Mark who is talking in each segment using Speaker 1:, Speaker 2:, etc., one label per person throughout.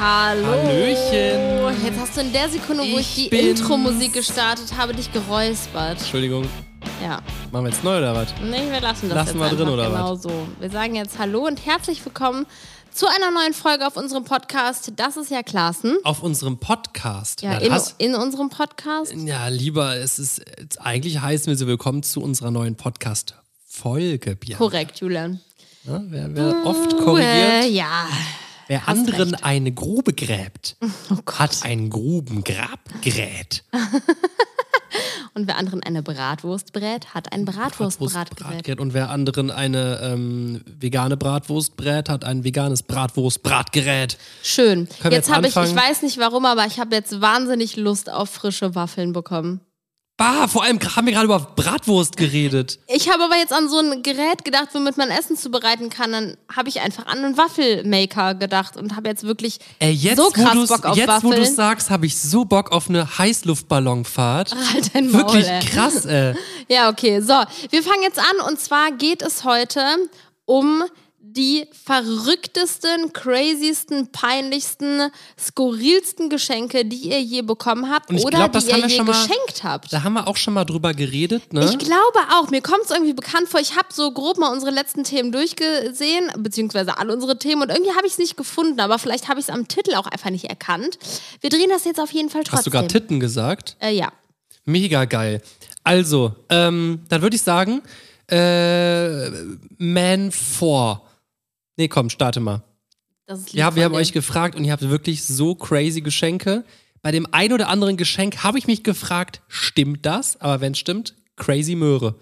Speaker 1: Hallo.
Speaker 2: Hallöchen.
Speaker 1: Jetzt hast du in der Sekunde, wo ich,
Speaker 2: Ich
Speaker 1: die
Speaker 2: bin's.
Speaker 1: Intro-Musik gestartet habe, dich geräuspert.
Speaker 2: Entschuldigung,
Speaker 1: Ja.
Speaker 2: machen wir jetzt neu oder was?
Speaker 1: Nee, wir lassen das
Speaker 2: Lassen
Speaker 1: jetzt
Speaker 2: wir
Speaker 1: einfach
Speaker 2: drin, oder
Speaker 1: genau so. Wir sagen jetzt Hallo und herzlich willkommen zu einer neuen Folge auf unserem Podcast. Das ist ja Klassen.
Speaker 2: Auf unserem Podcast.
Speaker 1: Ja,
Speaker 2: Na,
Speaker 1: in,
Speaker 2: das-
Speaker 1: in unserem Podcast.
Speaker 2: ja lieber, es ist jetzt- eigentlich heißen wir so willkommen zu unserer neuen Podcast-Folge, Bianca.
Speaker 1: Korrekt, Julian.
Speaker 2: Ja, wer wer oft
Speaker 1: Äh,
Speaker 2: korrigiert,
Speaker 1: ja.
Speaker 2: wer anderen eine Grube gräbt,
Speaker 1: Oh
Speaker 2: hat ein Grubengrabgerät.
Speaker 1: Und wer anderen eine Bratwurst brät, hat ein Bratwurstbratgerät.
Speaker 2: Bratgerät. Und wer anderen eine ähm, vegane Bratwurst brät, hat ein veganes Bratwurst-Bratgerät.
Speaker 1: Schön.
Speaker 2: wir
Speaker 1: Jetzt
Speaker 2: jetzt
Speaker 1: habe ich, ich
Speaker 2: anfangen?
Speaker 1: weiß nicht warum, aber ich habe jetzt wahnsinnig Lust auf frische Waffeln bekommen.
Speaker 2: Bah, vor allem haben wir gerade über Bratwurst geredet.
Speaker 1: Ich habe aber jetzt an so ein Gerät gedacht, womit man Essen zubereiten kann. Dann habe ich einfach an einen Waffelmaker gedacht und habe jetzt wirklich
Speaker 2: Ey, Äh, jetzt,
Speaker 1: so
Speaker 2: wo
Speaker 1: krass
Speaker 2: du's-
Speaker 1: Bock auf
Speaker 2: jetzt, wo du
Speaker 1: Waffeln.
Speaker 2: sagst, habe ich so Bock auf eine Heißluftballonfahrt.
Speaker 1: halt dein Maul,
Speaker 2: Wirklich
Speaker 1: ey.
Speaker 2: krass, ey.
Speaker 1: Ja, okay. So, wir fangen jetzt an. Und zwar geht es heute um die verrücktesten, craziesten, peinlichsten, skurrilsten Geschenke, die ihr je bekommen habt
Speaker 2: Und ich
Speaker 1: oder
Speaker 2: glaub, das
Speaker 1: die ihr
Speaker 2: haben wir
Speaker 1: je
Speaker 2: schon mal-
Speaker 1: geschenkt habt.
Speaker 2: Da haben wir auch schon mal drüber geredet, ne?
Speaker 1: Ich glaube auch. Mir kommt es irgendwie bekannt vor. Ich habe so grob mal unsere letzten Themen durchgesehen, beziehungsweise alle unsere Themen. Und irgendwie habe ich es nicht gefunden. Aber vielleicht habe ich es am Titel auch einfach nicht erkannt. Wir drehen das jetzt auf jeden Fall trotzdem.
Speaker 2: Hast du gerade Titten gesagt?
Speaker 1: Äh, ja.
Speaker 2: Mega geil. Also, ähm, dann würde ich sagen, äh, Man 4. Nee, komm, starte mal.
Speaker 1: Das ist lieb
Speaker 2: Ja, wir
Speaker 1: von
Speaker 2: haben
Speaker 1: dir.
Speaker 2: euch gefragt und ihr habt wirklich so crazy Geschenke. Bei dem ein oder anderen Geschenk habe ich mich gefragt, stimmt das? Aber wenn es stimmt, crazy Möhre.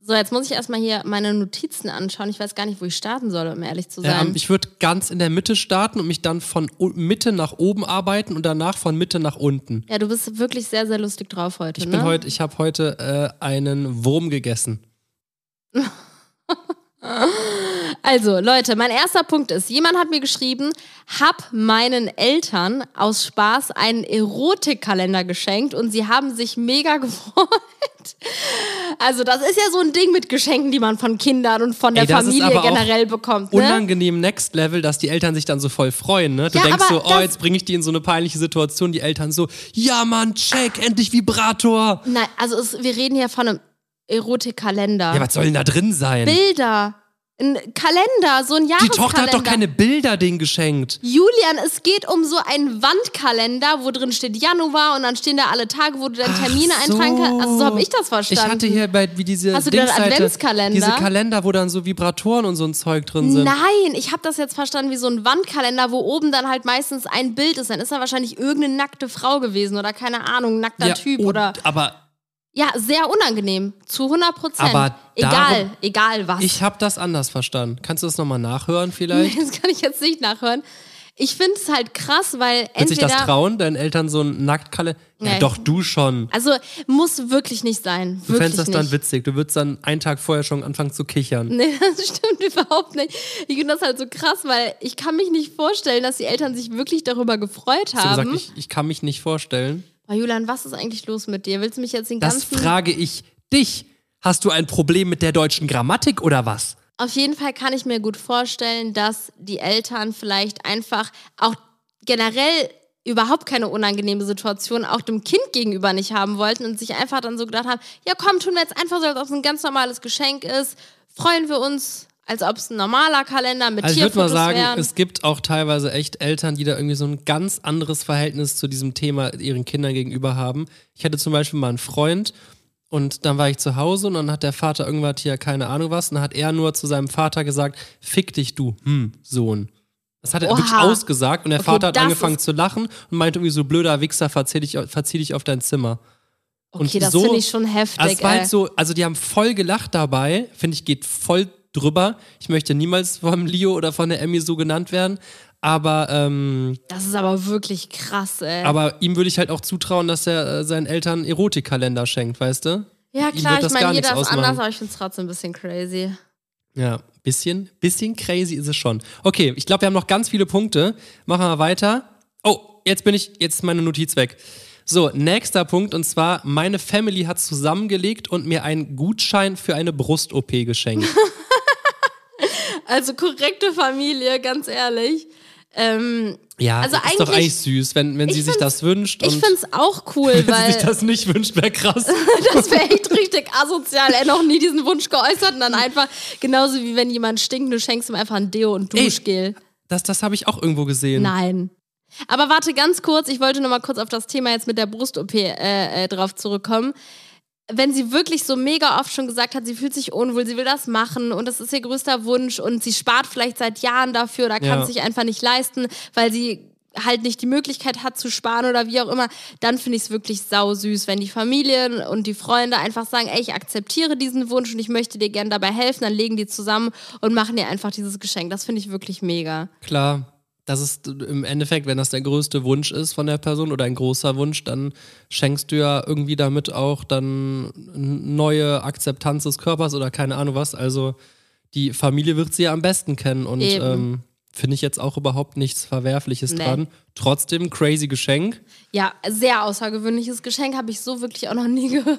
Speaker 1: So, jetzt muss ich erstmal hier meine Notizen anschauen. Ich weiß gar nicht, wo ich starten soll, um ehrlich zu
Speaker 2: Ja,
Speaker 1: sein.
Speaker 2: ähm, ich würde ganz in der Mitte starten und mich dann von o- Mitte nach oben arbeiten und danach von Mitte nach unten.
Speaker 1: ja, du bist wirklich sehr, sehr lustig drauf heute.
Speaker 2: Ich
Speaker 1: ne?
Speaker 2: bin heute, ich habe heute äh, einen Wurm gegessen.
Speaker 1: Also, Leute, mein erster Punkt ist, jemand hat mir geschrieben, hab meinen Eltern aus Spaß einen Erotikkalender geschenkt und sie haben sich mega gefreut. Also, das ist ja so ein Ding mit Geschenken, die man von Kindern und von der
Speaker 2: Ey, das ist
Speaker 1: Familie
Speaker 2: aber auch
Speaker 1: generell bekommt. Ne?
Speaker 2: Unangenehm Next Level, dass die Eltern sich dann so voll freuen, ne? Du
Speaker 1: Ja,
Speaker 2: denkst
Speaker 1: aber
Speaker 2: so, oh,
Speaker 1: das-
Speaker 2: jetzt bringe ich die in so eine peinliche Situation, die Eltern so, ja Mann, check, endlich Vibrator.
Speaker 1: Nein, also es, wir reden hier von einem Erotikkalender.
Speaker 2: Ja, was soll denn da drin sein?
Speaker 1: Bilder. Ein Kalender, so ein
Speaker 2: die
Speaker 1: Jahreskalender.
Speaker 2: Tochter hat doch keine Bilder denen geschenkt.
Speaker 1: Julian, es geht um so einen Wandkalender, wo drin steht Januar und dann stehen da alle Tage, wo du deine Termine
Speaker 2: Ach
Speaker 1: eintragen kannst. Also so habe ich das verstanden.
Speaker 2: Ich hatte hier bei wie diese
Speaker 1: Hast du gedacht,
Speaker 2: Dingsseite,
Speaker 1: Adventskalender?
Speaker 2: diese Kalender, wo dann so Vibratoren und so ein Zeug drin sind.
Speaker 1: Nein, ich habe das jetzt verstanden wie so ein Wandkalender, wo oben dann halt meistens ein Bild ist. Dann ist da wahrscheinlich irgendeine nackte Frau gewesen oder keine Ahnung, nackter
Speaker 2: Ja,
Speaker 1: Typ
Speaker 2: und-
Speaker 1: oder.
Speaker 2: Aber
Speaker 1: Ja, sehr unangenehm. Zu 100 Prozent.
Speaker 2: Aber
Speaker 1: Egal,
Speaker 2: darum-
Speaker 1: egal was.
Speaker 2: Ich habe das anders verstanden. Kannst du das nochmal nachhören vielleicht?
Speaker 1: das kann ich jetzt nicht nachhören. Ich finde es halt krass, weil
Speaker 2: Wird sich das
Speaker 1: entweder.
Speaker 2: trauen, deinen Eltern so einen Nacktkalle? Ja,
Speaker 1: Nee.
Speaker 2: doch, du schon.
Speaker 1: Also muss wirklich nicht sein.
Speaker 2: Du
Speaker 1: wirklich
Speaker 2: fändest das
Speaker 1: nicht.
Speaker 2: dann witzig. Du würdest dann einen Tag vorher schon anfangen zu kichern.
Speaker 1: Nee, das stimmt überhaupt nicht. Ich finde das halt so krass, weil ich kann mich nicht vorstellen, dass die Eltern sich wirklich darüber gefreut
Speaker 2: Hast du gesagt,
Speaker 1: haben.
Speaker 2: ich, ich kann mich nicht vorstellen?
Speaker 1: oh, Julian, was ist eigentlich los mit dir? Willst du mich jetzt den
Speaker 2: Das
Speaker 1: ganzen...
Speaker 2: frage ich dich. Hast du ein Problem mit der deutschen Grammatik oder was?
Speaker 1: Auf jeden Fall kann ich mir gut vorstellen, dass die Eltern vielleicht einfach auch generell überhaupt keine unangenehme Situation auch dem Kind gegenüber nicht haben wollten und sich einfach dann so gedacht haben, ja komm, tun wir jetzt einfach so, als ob es ein ganz normales Geschenk ist, freuen wir uns, als ob es ein normaler Kalender mit
Speaker 2: Also ich würde mal
Speaker 1: Tierfotos
Speaker 2: sagen,
Speaker 1: wären.
Speaker 2: es gibt auch teilweise echt Eltern, die da irgendwie so ein ganz anderes Verhältnis zu diesem Thema ihren Kindern gegenüber haben. Ich hatte zum Beispiel mal einen Freund und dann war ich zu Hause und dann hat der Vater irgendwas hier, keine Ahnung was, und dann hat er nur zu seinem Vater gesagt, fick dich du, hm, Sohn. Das hat er
Speaker 1: Oha.
Speaker 2: wirklich ausgesagt und der
Speaker 1: Okay,
Speaker 2: Vater hat
Speaker 1: das
Speaker 2: angefangen
Speaker 1: ist-
Speaker 2: zu lachen und meinte irgendwie so, blöder Wichser, verzieh dich, verzieh dich auf dein Zimmer.
Speaker 1: okay, das
Speaker 2: so-
Speaker 1: finde ich schon heftig.
Speaker 2: Also es war
Speaker 1: ey.
Speaker 2: halt so, also die haben voll gelacht dabei, finde ich, geht voll drüber. Ich möchte niemals vom Leo oder von der Emmy so genannt werden, aber, ähm,
Speaker 1: Das ist aber wirklich krass, ey.
Speaker 2: aber ihm würde ich halt auch zutrauen, dass er äh, seinen Eltern einen Erotikkalender schenkt, weißt du?
Speaker 1: ja,
Speaker 2: ihm
Speaker 1: klar,
Speaker 2: wird
Speaker 1: ich
Speaker 2: das
Speaker 1: meine,
Speaker 2: gar
Speaker 1: jeder ist
Speaker 2: nichts
Speaker 1: anders,
Speaker 2: ausmachen.
Speaker 1: aber ich finde es trotzdem ein bisschen crazy.
Speaker 2: Ja, bisschen, bisschen crazy ist es schon. Okay, ich glaube, wir haben noch ganz viele Punkte. Machen wir weiter. Oh, jetzt bin ich, jetzt ist meine Notiz weg. So, nächster Punkt und zwar, meine Family hat zusammengelegt und mir einen Gutschein für eine Brust-OP geschenkt.
Speaker 1: Also korrekte Familie, ganz ehrlich. Ähm,
Speaker 2: Ja,
Speaker 1: Also
Speaker 2: ist doch
Speaker 1: eigentlich-
Speaker 2: eigentlich süß, wenn, wenn sie
Speaker 1: ich
Speaker 2: sich das wünscht
Speaker 1: ich
Speaker 2: und
Speaker 1: finde es auch cool,
Speaker 2: wenn sie
Speaker 1: weil
Speaker 2: sich das nicht wünscht, wäre krass.
Speaker 1: das wäre echt richtig asozial. Er noch nie diesen Wunsch geäußert und dann einfach, genauso wie wenn jemand stinkt, du schenkst ihm einfach ein Deo und
Speaker 2: Ey.
Speaker 1: Duschgel.
Speaker 2: Das, das habe ich auch irgendwo gesehen.
Speaker 1: Nein. Aber warte ganz kurz, ich wollte noch mal kurz auf das Thema jetzt mit der Brust-OP äh, äh, drauf zurückkommen. Wenn sie wirklich so mega oft schon gesagt hat, sie fühlt sich unwohl, sie will das machen und das ist ihr größter Wunsch und sie spart vielleicht seit Jahren dafür oder kann
Speaker 2: Ja.
Speaker 1: es sich einfach nicht leisten, weil sie halt nicht die Möglichkeit hat zu sparen oder wie auch immer, dann finde ich es wirklich sau süß, wenn die Familien und die Freunde einfach sagen, ey, ich akzeptiere diesen Wunsch und ich möchte dir gerne dabei helfen, dann legen die zusammen und machen dir einfach dieses Geschenk. Das finde ich wirklich mega.
Speaker 2: Klar, das ist im Endeffekt, wenn das der größte Wunsch ist von der Person oder ein großer Wunsch, dann schenkst du ja irgendwie damit auch dann neue Akzeptanz des Körpers oder keine Ahnung was. Also die Familie wird sie ja am besten kennen und
Speaker 1: Eben.
Speaker 2: ähm, finde ich jetzt auch überhaupt nichts Verwerfliches
Speaker 1: Nee.
Speaker 2: dran. Trotzdem crazy Geschenk.
Speaker 1: Ja, sehr außergewöhnliches Geschenk, habe ich so wirklich auch noch nie gehört.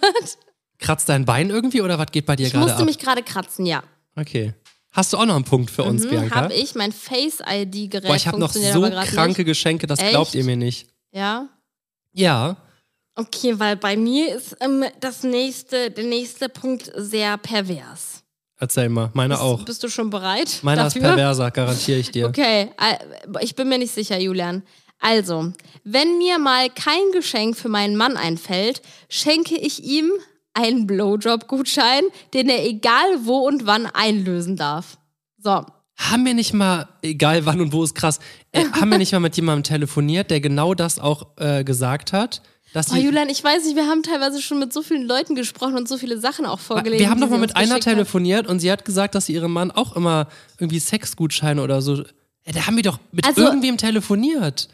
Speaker 2: Kratzt dein Bein irgendwie oder was geht bei dir
Speaker 1: Ich
Speaker 2: gerade
Speaker 1: musste
Speaker 2: ab?
Speaker 1: mich gerade kratzen, ja.
Speaker 2: okay. Hast du auch noch einen Punkt für uns,
Speaker 1: Hm,
Speaker 2: Bianca?
Speaker 1: habe ich mein Face-ID-Gerät
Speaker 2: Boah, ich habe noch
Speaker 1: funktioniert
Speaker 2: so
Speaker 1: aber gerade
Speaker 2: kranke
Speaker 1: nicht.
Speaker 2: Geschenke, das
Speaker 1: Echt?
Speaker 2: glaubt ihr mir nicht.
Speaker 1: Ja.
Speaker 2: Ja.
Speaker 1: Okay, weil bei mir ist ähm, das nächste, der nächste Punkt sehr pervers.
Speaker 2: Erzähl mal, meine
Speaker 1: Bist,
Speaker 2: auch.
Speaker 1: bist du schon bereit?
Speaker 2: Meiner
Speaker 1: dafür?
Speaker 2: ist perverser, garantiere ich dir.
Speaker 1: Okay, äh, ich bin mir nicht sicher, Julian. Also, wenn mir mal kein Geschenk für meinen Mann einfällt, schenke ich ihm einen Blowjob-Gutschein, den er egal wo und wann einlösen darf. So,
Speaker 2: Haben wir nicht mal, egal wann und wo ist krass, äh, haben wir nicht mal mit jemandem telefoniert, der genau das auch äh, gesagt hat? Dass
Speaker 1: Oh,
Speaker 2: die-
Speaker 1: Julian, ich weiß nicht, wir haben teilweise schon mit so vielen Leuten gesprochen und so viele Sachen auch vorgelesen.
Speaker 2: Ah, wir haben
Speaker 1: die
Speaker 2: doch mal
Speaker 1: sie
Speaker 2: mit
Speaker 1: uns
Speaker 2: einer
Speaker 1: geschickt hat.
Speaker 2: telefoniert und sie hat gesagt, dass sie ihrem Mann auch immer irgendwie Sexgutscheine oder so. Äh, da haben wir doch mit
Speaker 1: Also-
Speaker 2: irgendwem telefoniert.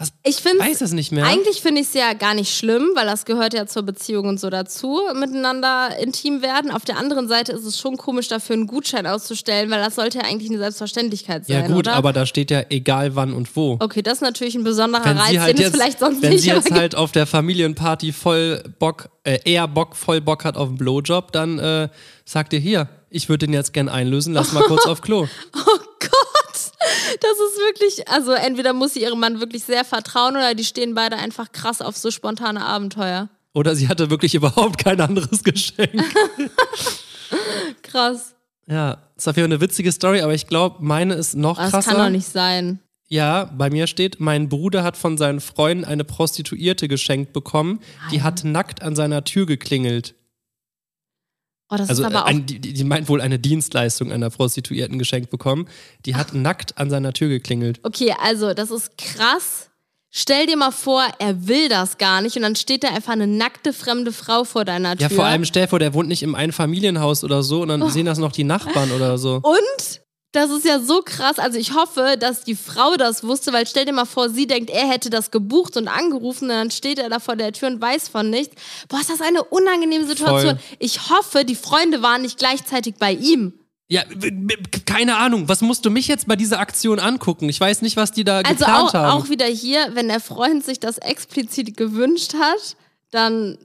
Speaker 2: Was,
Speaker 1: Ich finde
Speaker 2: weiß es nicht mehr.
Speaker 1: Eigentlich finde ich es ja gar nicht schlimm, weil das gehört ja zur Beziehung und so dazu, miteinander intim werden. Auf der anderen Seite ist es schon komisch, dafür einen Gutschein auszustellen, weil das sollte ja eigentlich eine Selbstverständlichkeit sein,
Speaker 2: ja gut,
Speaker 1: oder?
Speaker 2: aber da steht ja egal wann und wo.
Speaker 1: okay, das ist natürlich ein besonderer
Speaker 2: wenn
Speaker 1: Reiz,
Speaker 2: sie halt
Speaker 1: den es
Speaker 2: jetzt,
Speaker 1: Ah, vielleicht sonst
Speaker 2: wenn
Speaker 1: nicht
Speaker 2: sie jetzt
Speaker 1: gibt.
Speaker 2: halt auf der Familienparty voll Bock, äh, eher Bock, voll Bock hat auf einen Blowjob, dann äh, sagt ihr hier, ich würde den jetzt gern einlösen, lass mal kurz auf Klo.
Speaker 1: Oh Gott, das ist wirklich, also entweder muss sie ihrem Mann wirklich sehr vertrauen oder die stehen beide einfach krass auf so spontane Abenteuer.
Speaker 2: Oder sie hatte wirklich überhaupt kein anderes Geschenk.
Speaker 1: Krass.
Speaker 2: Ja, ist auf jeden Fall eine witzige Story, aber ich glaube, meine ist noch
Speaker 1: Oh, Das
Speaker 2: krasser.
Speaker 1: kann doch nicht sein.
Speaker 2: Ja, bei mir steht, mein Bruder hat von seinen Freunden eine Prostituierte geschenkt bekommen,
Speaker 1: Ah,
Speaker 2: die hat nackt an seiner Tür geklingelt.
Speaker 1: Oh, das
Speaker 2: Also
Speaker 1: ist aber auch.
Speaker 2: äh, ein, die, die die meint wohl eine Dienstleistung einer Prostituierten geschenkt bekommen. Die hat nackt an seiner Tür geklingelt.
Speaker 1: okay, also das ist krass. Stell dir mal vor, er will das gar nicht und dann steht da einfach eine nackte fremde Frau vor deiner Tür.
Speaker 2: Ja, vor allem stell dir vor, der wohnt nicht im Einfamilienhaus oder so und dann
Speaker 1: Oh.
Speaker 2: sehen das noch die Nachbarn oder so.
Speaker 1: Und das ist ja so krass. Also ich hoffe, dass die Frau das wusste, weil stell dir mal vor, sie denkt, er hätte das gebucht und angerufen und dann steht er da vor der Tür und weiß von nichts. Boah, ist das eine unangenehme Situation.
Speaker 2: Voll.
Speaker 1: Ich hoffe, die Freunde waren nicht gleichzeitig bei ihm.
Speaker 2: Ja, w- w- keine Ahnung. Was musst du mich jetzt bei dieser Aktion angucken? Ich weiß nicht, was die da
Speaker 1: Also
Speaker 2: geplant
Speaker 1: auch,
Speaker 2: haben.
Speaker 1: auch wieder hier, wenn der Freund sich das explizit gewünscht hat, dann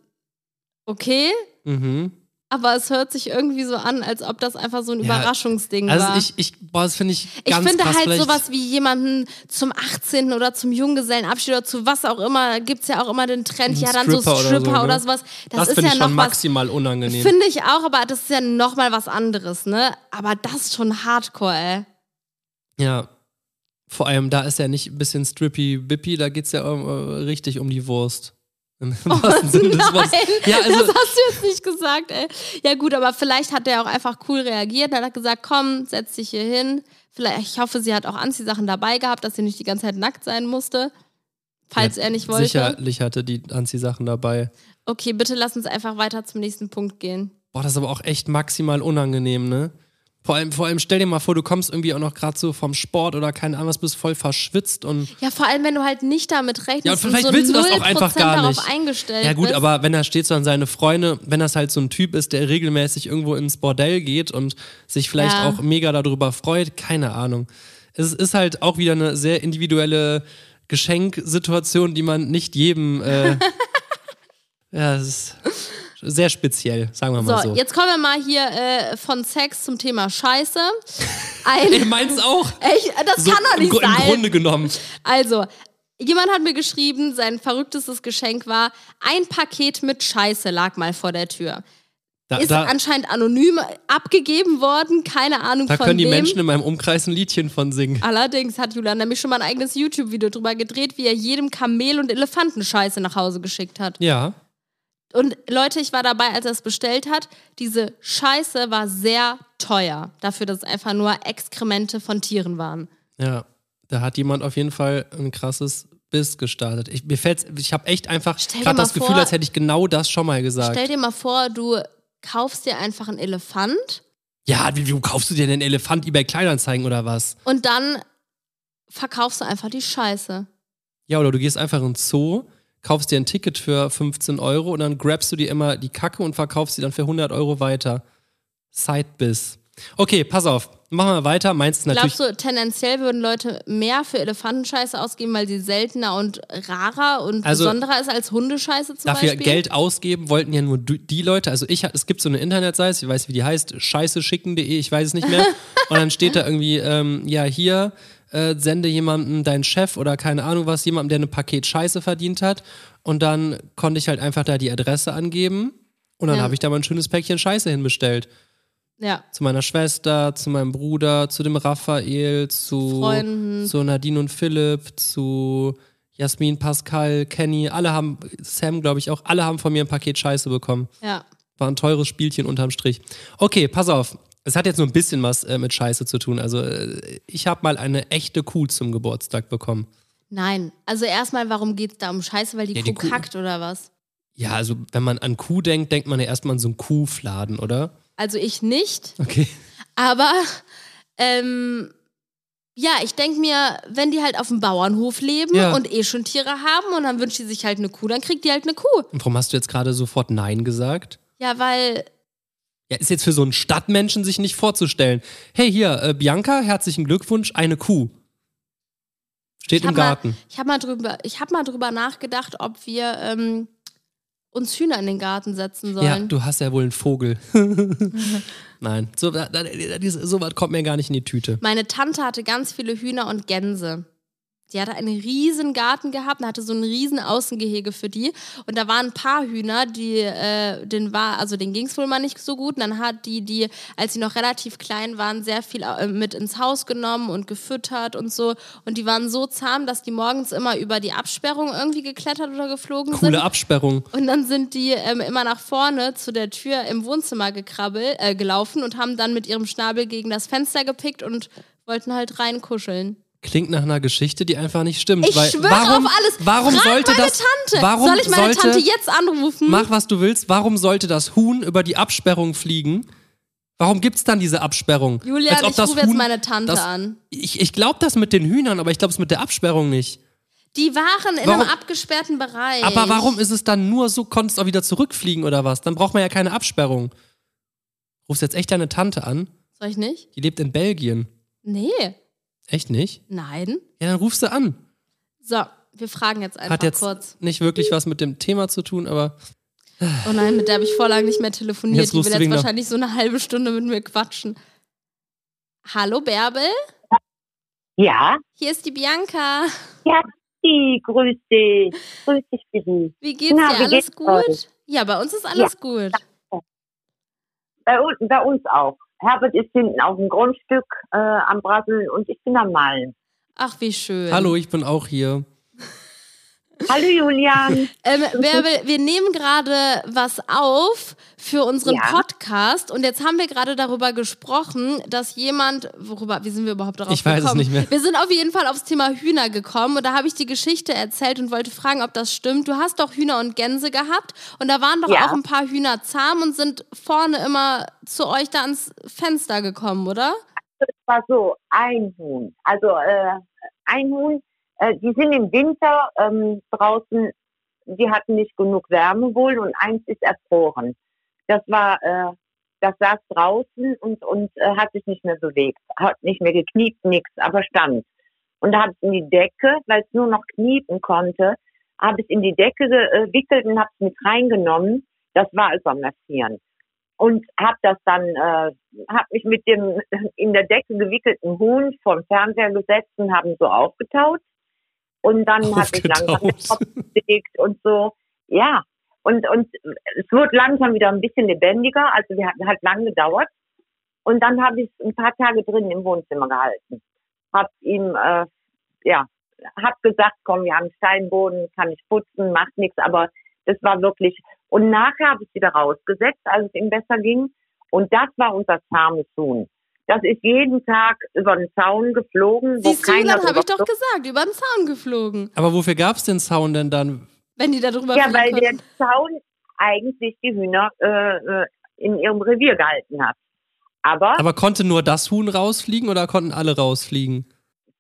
Speaker 1: okay.
Speaker 2: mhm.
Speaker 1: Aber es hört sich irgendwie so an, als ob das einfach so ein
Speaker 2: Ja,
Speaker 1: Überraschungsding
Speaker 2: Also
Speaker 1: war.
Speaker 2: ich, ich, boah, das finde ich
Speaker 1: Ich
Speaker 2: ganz
Speaker 1: finde
Speaker 2: krass.
Speaker 1: halt
Speaker 2: Vielleicht-
Speaker 1: sowas wie jemanden zum 18. oder zum Junggesellenabschied oder zu was auch immer, gibt es ja auch immer den Trend,
Speaker 2: Ein
Speaker 1: ja dann so
Speaker 2: Stripper oder so,
Speaker 1: Stripper oder,
Speaker 2: ne?
Speaker 1: sowas. Das,
Speaker 2: Das,
Speaker 1: ist
Speaker 2: finde
Speaker 1: ja
Speaker 2: ich
Speaker 1: noch
Speaker 2: schon
Speaker 1: was,
Speaker 2: maximal unangenehm.
Speaker 1: finde ich auch, aber das ist ja noch mal was anderes, ne? Aber das ist schon hardcore, ey.
Speaker 2: ja. Vor allem, da ist ja nicht ein bisschen strippy bippy, da geht's ja ähm, äh, richtig um die Wurst. Im wahrsten Sinne des Wortes. Ja, also,
Speaker 1: Oh, das hast du jetzt nicht gesagt, ey. Ja, gut, aber vielleicht hat er auch einfach cool reagiert. Dann hat er gesagt, komm, setz dich hier hin. Vielleicht, ich hoffe, sie hat auch Anziehsachen dabei gehabt, dass sie nicht die ganze Zeit nackt sein musste. Falls
Speaker 2: Ja,
Speaker 1: er nicht wollte.
Speaker 2: Sicherlich hatte die Anziehsachen dabei.
Speaker 1: Okay, bitte lass uns einfach weiter zum nächsten Punkt gehen.
Speaker 2: Boah, das ist aber auch echt maximal unangenehm, ne? Vor allem, vor allem stell dir mal vor, du kommst irgendwie auch noch gerade so vom Sport oder keine Ahnung, was bist voll verschwitzt und.
Speaker 1: Ja, vor allem, wenn du halt nicht damit rechnest.
Speaker 2: Ja, und vielleicht
Speaker 1: so
Speaker 2: willst du das auch
Speaker 1: 0%
Speaker 2: einfach gar
Speaker 1: darauf
Speaker 2: nicht.
Speaker 1: eingestellt
Speaker 2: Ja gut,
Speaker 1: bist.
Speaker 2: aber wenn da steht so an seine Freunde, wenn das halt so ein Typ ist, der regelmäßig irgendwo ins Bordell geht und sich vielleicht
Speaker 1: Ja.
Speaker 2: auch mega darüber freut, keine Ahnung. Es ist halt auch wieder eine sehr individuelle Geschenksituation, die man nicht jedem. Äh, ja, es ist sehr speziell, sagen wir
Speaker 1: So,
Speaker 2: mal so.
Speaker 1: jetzt kommen wir mal hier äh, von Sex zum Thema Scheiße.
Speaker 2: Ey,
Speaker 1: Ein,
Speaker 2: meins auch.
Speaker 1: echt, das
Speaker 2: So,
Speaker 1: kann doch
Speaker 2: im,
Speaker 1: nicht
Speaker 2: Gru- Im
Speaker 1: sein.
Speaker 2: Grunde genommen.
Speaker 1: Also, jemand hat mir geschrieben, sein verrücktestes Geschenk war, ein Paket mit Scheiße lag mal vor der Tür.
Speaker 2: Da,
Speaker 1: Ist
Speaker 2: da,
Speaker 1: anscheinend anonym abgegeben worden, keine Ahnung
Speaker 2: da
Speaker 1: von Ah.
Speaker 2: können die
Speaker 1: wem.
Speaker 2: Menschen in meinem Umkreis ein Liedchen von singen.
Speaker 1: Allerdings hat Julian nämlich schon mal ein eigenes YouTube-Video drüber gedreht, wie er jedem Kamel und Elefanten Scheiße nach Hause geschickt hat.
Speaker 2: Ja.
Speaker 1: Und Leute, ich war dabei, als er es bestellt hat. Diese Scheiße war sehr teuer, dafür, dass es einfach nur Exkremente von Tieren waren.
Speaker 2: Ja. Da hat jemand auf jeden Fall ein krasses Biss gestartet. Ich, mir fällt's, ich habe echt einfach
Speaker 1: Stell dir
Speaker 2: gerade
Speaker 1: mal
Speaker 2: das Gefühl,
Speaker 1: vor-
Speaker 2: als hätte ich genau das schon mal gesagt.
Speaker 1: Stell dir mal vor, du kaufst dir einfach einen Elefant
Speaker 2: ja, wie, wie kaufst du dir denn einen Elefant eBay Kleinanzeigen oder was?
Speaker 1: und dann verkaufst du einfach die Scheiße.
Speaker 2: Ja, oder du gehst einfach in den Zoo, kaufst dir ein Ticket für 15 Euro und dann grabst du dir immer die Kacke und verkaufst sie dann für 100 Euro weiter. Sidebiss. Okay, pass auf. Machen wir weiter. Meins ist natürlich.
Speaker 1: Glaubst du, tendenziell würden Leute mehr für Elefantenscheiße ausgeben, weil sie seltener und rarer und
Speaker 2: Also,
Speaker 1: besonderer ist als Hundescheiße zum
Speaker 2: dafür
Speaker 1: Beispiel?
Speaker 2: Geld ausgeben wollten ja nur du- die Leute. Also ich, es gibt so eine Internetseite, ich weiß wie die heißt, scheißeschicken.de, ich weiß es nicht mehr. Und dann steht da irgendwie, ähm, ja hier äh, sende jemandem deinen Chef oder keine Ahnung was, jemandem, der ein Paket Scheiße verdient hat. Und dann konnte ich halt einfach da die Adresse angeben. Und dann
Speaker 1: Ja.
Speaker 2: habe ich da mal ein schönes Päckchen Scheiße hinbestellt.
Speaker 1: Ja.
Speaker 2: Zu meiner Schwester, zu meinem Bruder, zu dem Raphael, zu,
Speaker 1: Freunden.
Speaker 2: zu Nadine und Philipp, zu Jasmin, Pascal, Kenny. Alle haben, Sam glaube ich auch, alle haben von mir ein Paket Scheiße bekommen.
Speaker 1: Ja.
Speaker 2: War ein teures Spielchen unterm Strich. Okay, pass auf. Es hat jetzt nur ein bisschen was äh, mit Scheiße zu tun. Also äh, ich habe mal eine echte Kuh zum Geburtstag bekommen.
Speaker 1: Nein. Also erstmal, warum geht's da um Scheiße, weil die
Speaker 2: Ja,
Speaker 1: Kuh
Speaker 2: die Kuh-
Speaker 1: kackt oder was?
Speaker 2: Ja, also wenn man an Kuh denkt, denkt man ja erstmal an so einen Kuhfladen, oder?
Speaker 1: Also ich nicht,
Speaker 2: Okay.
Speaker 1: aber ähm, ja, ich denke mir, wenn die halt auf dem Bauernhof leben
Speaker 2: Ja.
Speaker 1: und eh schon Tiere haben und dann wünscht die sich halt eine Kuh, dann kriegt die halt eine Kuh.
Speaker 2: Und warum hast du jetzt gerade sofort Nein gesagt?
Speaker 1: Ja, weil
Speaker 2: Ja, ist jetzt für so einen Stadtmenschen sich nicht vorzustellen. Hey, hier, äh, Bianca, herzlichen Glückwunsch, eine Kuh. Steht
Speaker 1: ich
Speaker 2: im
Speaker 1: habe mal,
Speaker 2: Garten.
Speaker 1: ich hab mal, drüber- ich hab mal drüber nachgedacht, ob wir ähm, uns Hühner in den Garten setzen
Speaker 2: Ja,
Speaker 1: sollen.
Speaker 2: du hast ja wohl einen Vogel. Nein, so, da, da, diese- so was kommt mir gar nicht in die Tüte.
Speaker 1: Meine Tante hatte ganz viele Hühner und Gänse. Die hatte einen riesen Garten gehabt und hatte so ein riesen Außengehege für die. Und da waren ein paar Hühner, die, äh, den war, also denen ging es wohl mal nicht so gut. Und dann hat die, die, als sie noch relativ klein waren, sehr viel äh, mit ins Haus genommen und gefüttert und so. Und die waren so zahm, dass die morgens immer über die Absperrung irgendwie geklettert oder geflogen sind.
Speaker 2: Coole Absperrung.
Speaker 1: Und dann sind die ähm, immer nach vorne zu der Tür im Wohnzimmer gekrabbel, äh, gelaufen und haben dann mit ihrem Schnabel gegen das Fenster gepickt und wollten halt reinkuscheln.
Speaker 2: Klingt nach einer Geschichte, die einfach nicht stimmt.
Speaker 1: Ich
Speaker 2: weil,
Speaker 1: schwöre
Speaker 2: warum,
Speaker 1: auf alles.
Speaker 2: Warum
Speaker 1: Frag
Speaker 2: sollte
Speaker 1: meine
Speaker 2: das.
Speaker 1: Tante.
Speaker 2: Warum
Speaker 1: Soll ich meine
Speaker 2: sollte,
Speaker 1: Tante jetzt anrufen?
Speaker 2: Mach, was du willst. Warum sollte das Huhn über die Absperrung fliegen? Warum gibt es dann diese Absperrung?
Speaker 1: Julian,
Speaker 2: Als ob
Speaker 1: ich
Speaker 2: das
Speaker 1: rufe jetzt
Speaker 2: Huhn
Speaker 1: meine Tante
Speaker 2: das-
Speaker 1: an.
Speaker 2: Ich, ich glaube das mit den Hühnern, aber ich glaube es mit der Absperrung nicht.
Speaker 1: Die waren in
Speaker 2: Warum-
Speaker 1: einem abgesperrten Bereich.
Speaker 2: Aber warum ist es dann nur so, konntest auch wieder zurückfliegen oder was? Dann braucht man ja keine Absperrung. Rufst jetzt echt deine Tante an?
Speaker 1: Soll ich nicht?
Speaker 2: Die lebt in Belgien.
Speaker 1: Nee.
Speaker 2: Echt nicht?
Speaker 1: Nein.
Speaker 2: Ja, dann rufst du an.
Speaker 1: So, wir fragen jetzt einfach
Speaker 2: Hat jetzt
Speaker 1: kurz.
Speaker 2: nicht wirklich was mit dem Thema zu tun, aber
Speaker 1: Oh nein, mit der habe ich vor lang nicht mehr telefoniert.
Speaker 2: Jetzt
Speaker 1: die
Speaker 2: rufst
Speaker 1: will
Speaker 2: du
Speaker 1: jetzt
Speaker 2: den noch.
Speaker 1: wahrscheinlich so eine halbe Stunde mit mir quatschen. Hallo Bärbel,
Speaker 3: Ja,
Speaker 1: hier ist die Bianca.
Speaker 3: die, grüß dich. Grüß dich, Bibi.
Speaker 1: Wie geht's
Speaker 3: Na,
Speaker 1: dir?
Speaker 3: wie
Speaker 1: Alles
Speaker 3: geht's
Speaker 1: gut?
Speaker 3: euch?
Speaker 1: Ja, bei uns ist alles gut.
Speaker 3: Bei, un- bei uns auch. Herbert ist hinten auf dem Grundstück äh, am Brasseln und ich bin am Malen.
Speaker 1: Ach, wie schön.
Speaker 2: hallo, ich bin auch hier.
Speaker 3: Hallo, Julian.
Speaker 1: Ähm, Bärbel, wir nehmen gerade was auf für unseren
Speaker 3: Ja.
Speaker 1: Podcast und jetzt haben wir gerade darüber gesprochen, dass jemand, worüber, wie sind wir überhaupt darauf
Speaker 2: Ich weiß es
Speaker 1: gekommen?
Speaker 2: nicht mehr.
Speaker 1: Wir sind auf jeden Fall aufs Thema Hühner gekommen und da habe ich die Geschichte erzählt und wollte fragen, ob das stimmt. Du hast doch Hühner und Gänse gehabt und da waren doch
Speaker 3: Ja.
Speaker 1: auch ein paar Hühner zahm und sind vorne immer zu euch da ans Fenster gekommen, oder?
Speaker 3: Es war so, ein Huhn. Also äh, ein Huhn, äh, die sind im Winter ähm, draußen, die hatten nicht genug Wärme wohl und eins ist erfroren. Das war, äh, das saß draußen und, und äh, hat sich nicht mehr bewegt, hat nicht mehr gekniet, nichts, aber stand. Und da habe ich in die Decke, weil es äh, nur noch kniepen konnte, habe ich in die Decke gewickelt und habe es mit reingenommen. Das war es am Massieren. Und habe das dann, äh, habe mich mit dem in der Decke gewickelten Huhn vom Fernseher gesetzt und haben so aufgetaut. Und dann habe ich langsam den
Speaker 2: Aufgetaut.
Speaker 3: Kopf bewegt und so. Ja, und, und es wurde langsam wieder ein bisschen lebendiger. Also wir hatten hat lang gedauert. Und dann habe ich ein paar Tage drin im Wohnzimmer gehalten. Hab ihm, äh, ja, hab gesagt, komm, wir haben Steinboden, kann ich putzen, macht nichts, aber das war wirklich. Und nachher habe ich wieder rausgesetzt, als es ihm besser ging. Und das war unser zahmes Huhn. Das ist jeden Tag über den Zaun geflogen, wo
Speaker 1: Siehst du,
Speaker 3: keiner
Speaker 1: dann habe ich doch
Speaker 3: drüber
Speaker 1: gesagt, über den Zaun geflogen.
Speaker 2: Aber wofür gab es den Zaun denn dann?
Speaker 1: Wenn die da drüber
Speaker 3: Ja,
Speaker 1: fliegen
Speaker 3: weil der
Speaker 1: konnten.
Speaker 3: Zaun eigentlich die Hühner äh, äh, in ihrem Revier gehalten hat. Aber,
Speaker 2: Aber konnte nur das Huhn rausfliegen oder konnten alle rausfliegen?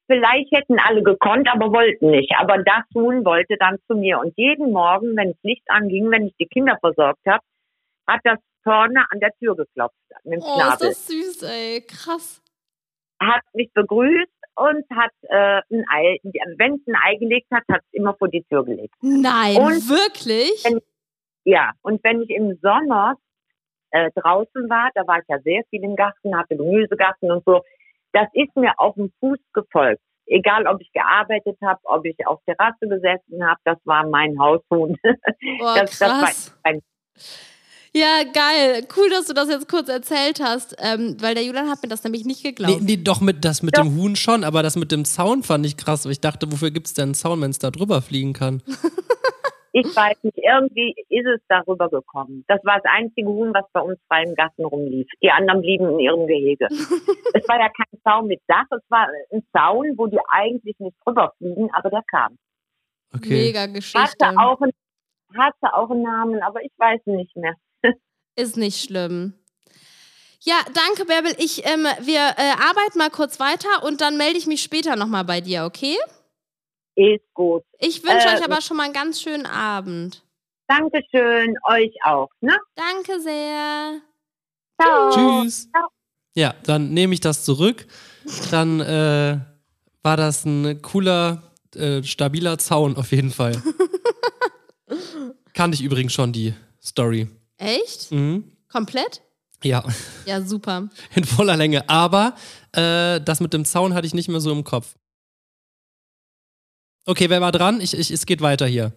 Speaker 3: vielleicht hätten alle gekonnt, aber wollten nicht. Aber das Huhn wollte dann zu mir. Und jeden Morgen, wenn das Licht anging, wenn ich die Kinder versorgt habe, hat das Körner an der Tür geklopft, mit dem
Speaker 1: Oh, ist
Speaker 3: Schnabel.
Speaker 1: das süß, ey. Krass.
Speaker 3: Hat mich begrüßt und hat äh, ein Ei, wenn es ein Ei gelegt hat, hat es immer vor die Tür gelegt.
Speaker 1: Nein,
Speaker 3: Und-
Speaker 1: wirklich?
Speaker 3: Wenn- Ja, und wenn ich im Sommer äh, draußen war, da war ich ja sehr viel im Garten, hatte Gemüsegarten und so, das ist mir auf dem Fuß gefolgt. Egal, ob ich gearbeitet habe, ob ich auf Terrasse gesessen habe, das war mein Haushuhn.
Speaker 1: Boah,
Speaker 3: das- das war
Speaker 1: Oh, krass.
Speaker 3: ein-
Speaker 1: ja, geil. Cool, dass du das jetzt kurz erzählt hast, ähm, weil der Julian hat mir das nämlich nicht
Speaker 2: Nee,
Speaker 1: geglaubt.
Speaker 2: nee, doch mit, das mit
Speaker 3: Ja.
Speaker 2: dem Huhn schon, aber das mit dem Zaun fand ich krass. weil Ich dachte, wofür gibt es denn einen Zaun, wenn es da drüber fliegen kann?
Speaker 3: ich weiß nicht, irgendwie ist es darüber gekommen. Das war das einzige Huhn, was bei uns frei im Garten rumlief. Die anderen blieben in ihrem Gehege. es war ja kein Zaun mit Dach, es war äh, ein Zaun, wo die eigentlich nicht rüberfliegen, aber der kam.
Speaker 2: Okay.
Speaker 1: Mega Geschichte.
Speaker 3: hatte auch, einen, hatte auch einen Namen, aber ich weiß nicht mehr.
Speaker 1: Ist nicht schlimm. Ja, danke, Bärbel. Ich, ähm, wir äh, arbeiten mal kurz weiter und dann melde ich mich später nochmal bei dir, okay?
Speaker 3: Ist gut.
Speaker 1: Ich wünsche
Speaker 3: Äh,
Speaker 1: euch aber schon mal einen ganz schönen Abend.
Speaker 3: Dankeschön, euch auch. Ne?
Speaker 1: Danke sehr.
Speaker 3: Ciao.
Speaker 2: Tschüss.
Speaker 3: Ciao.
Speaker 2: Ja, dann nehme ich das zurück. Dann äh, war das ein cooler, äh, stabiler Zaun auf jeden Fall. Kannte ich übrigens schon die Story.
Speaker 1: Echt?
Speaker 2: Mhm.
Speaker 1: Komplett?
Speaker 2: Ja,
Speaker 1: Ja, super.
Speaker 2: in voller Länge. Aber äh, das mit dem Zaun hatte ich nicht mehr so im Kopf. Okay, wer war dran? Ich, ich, es geht weiter hier.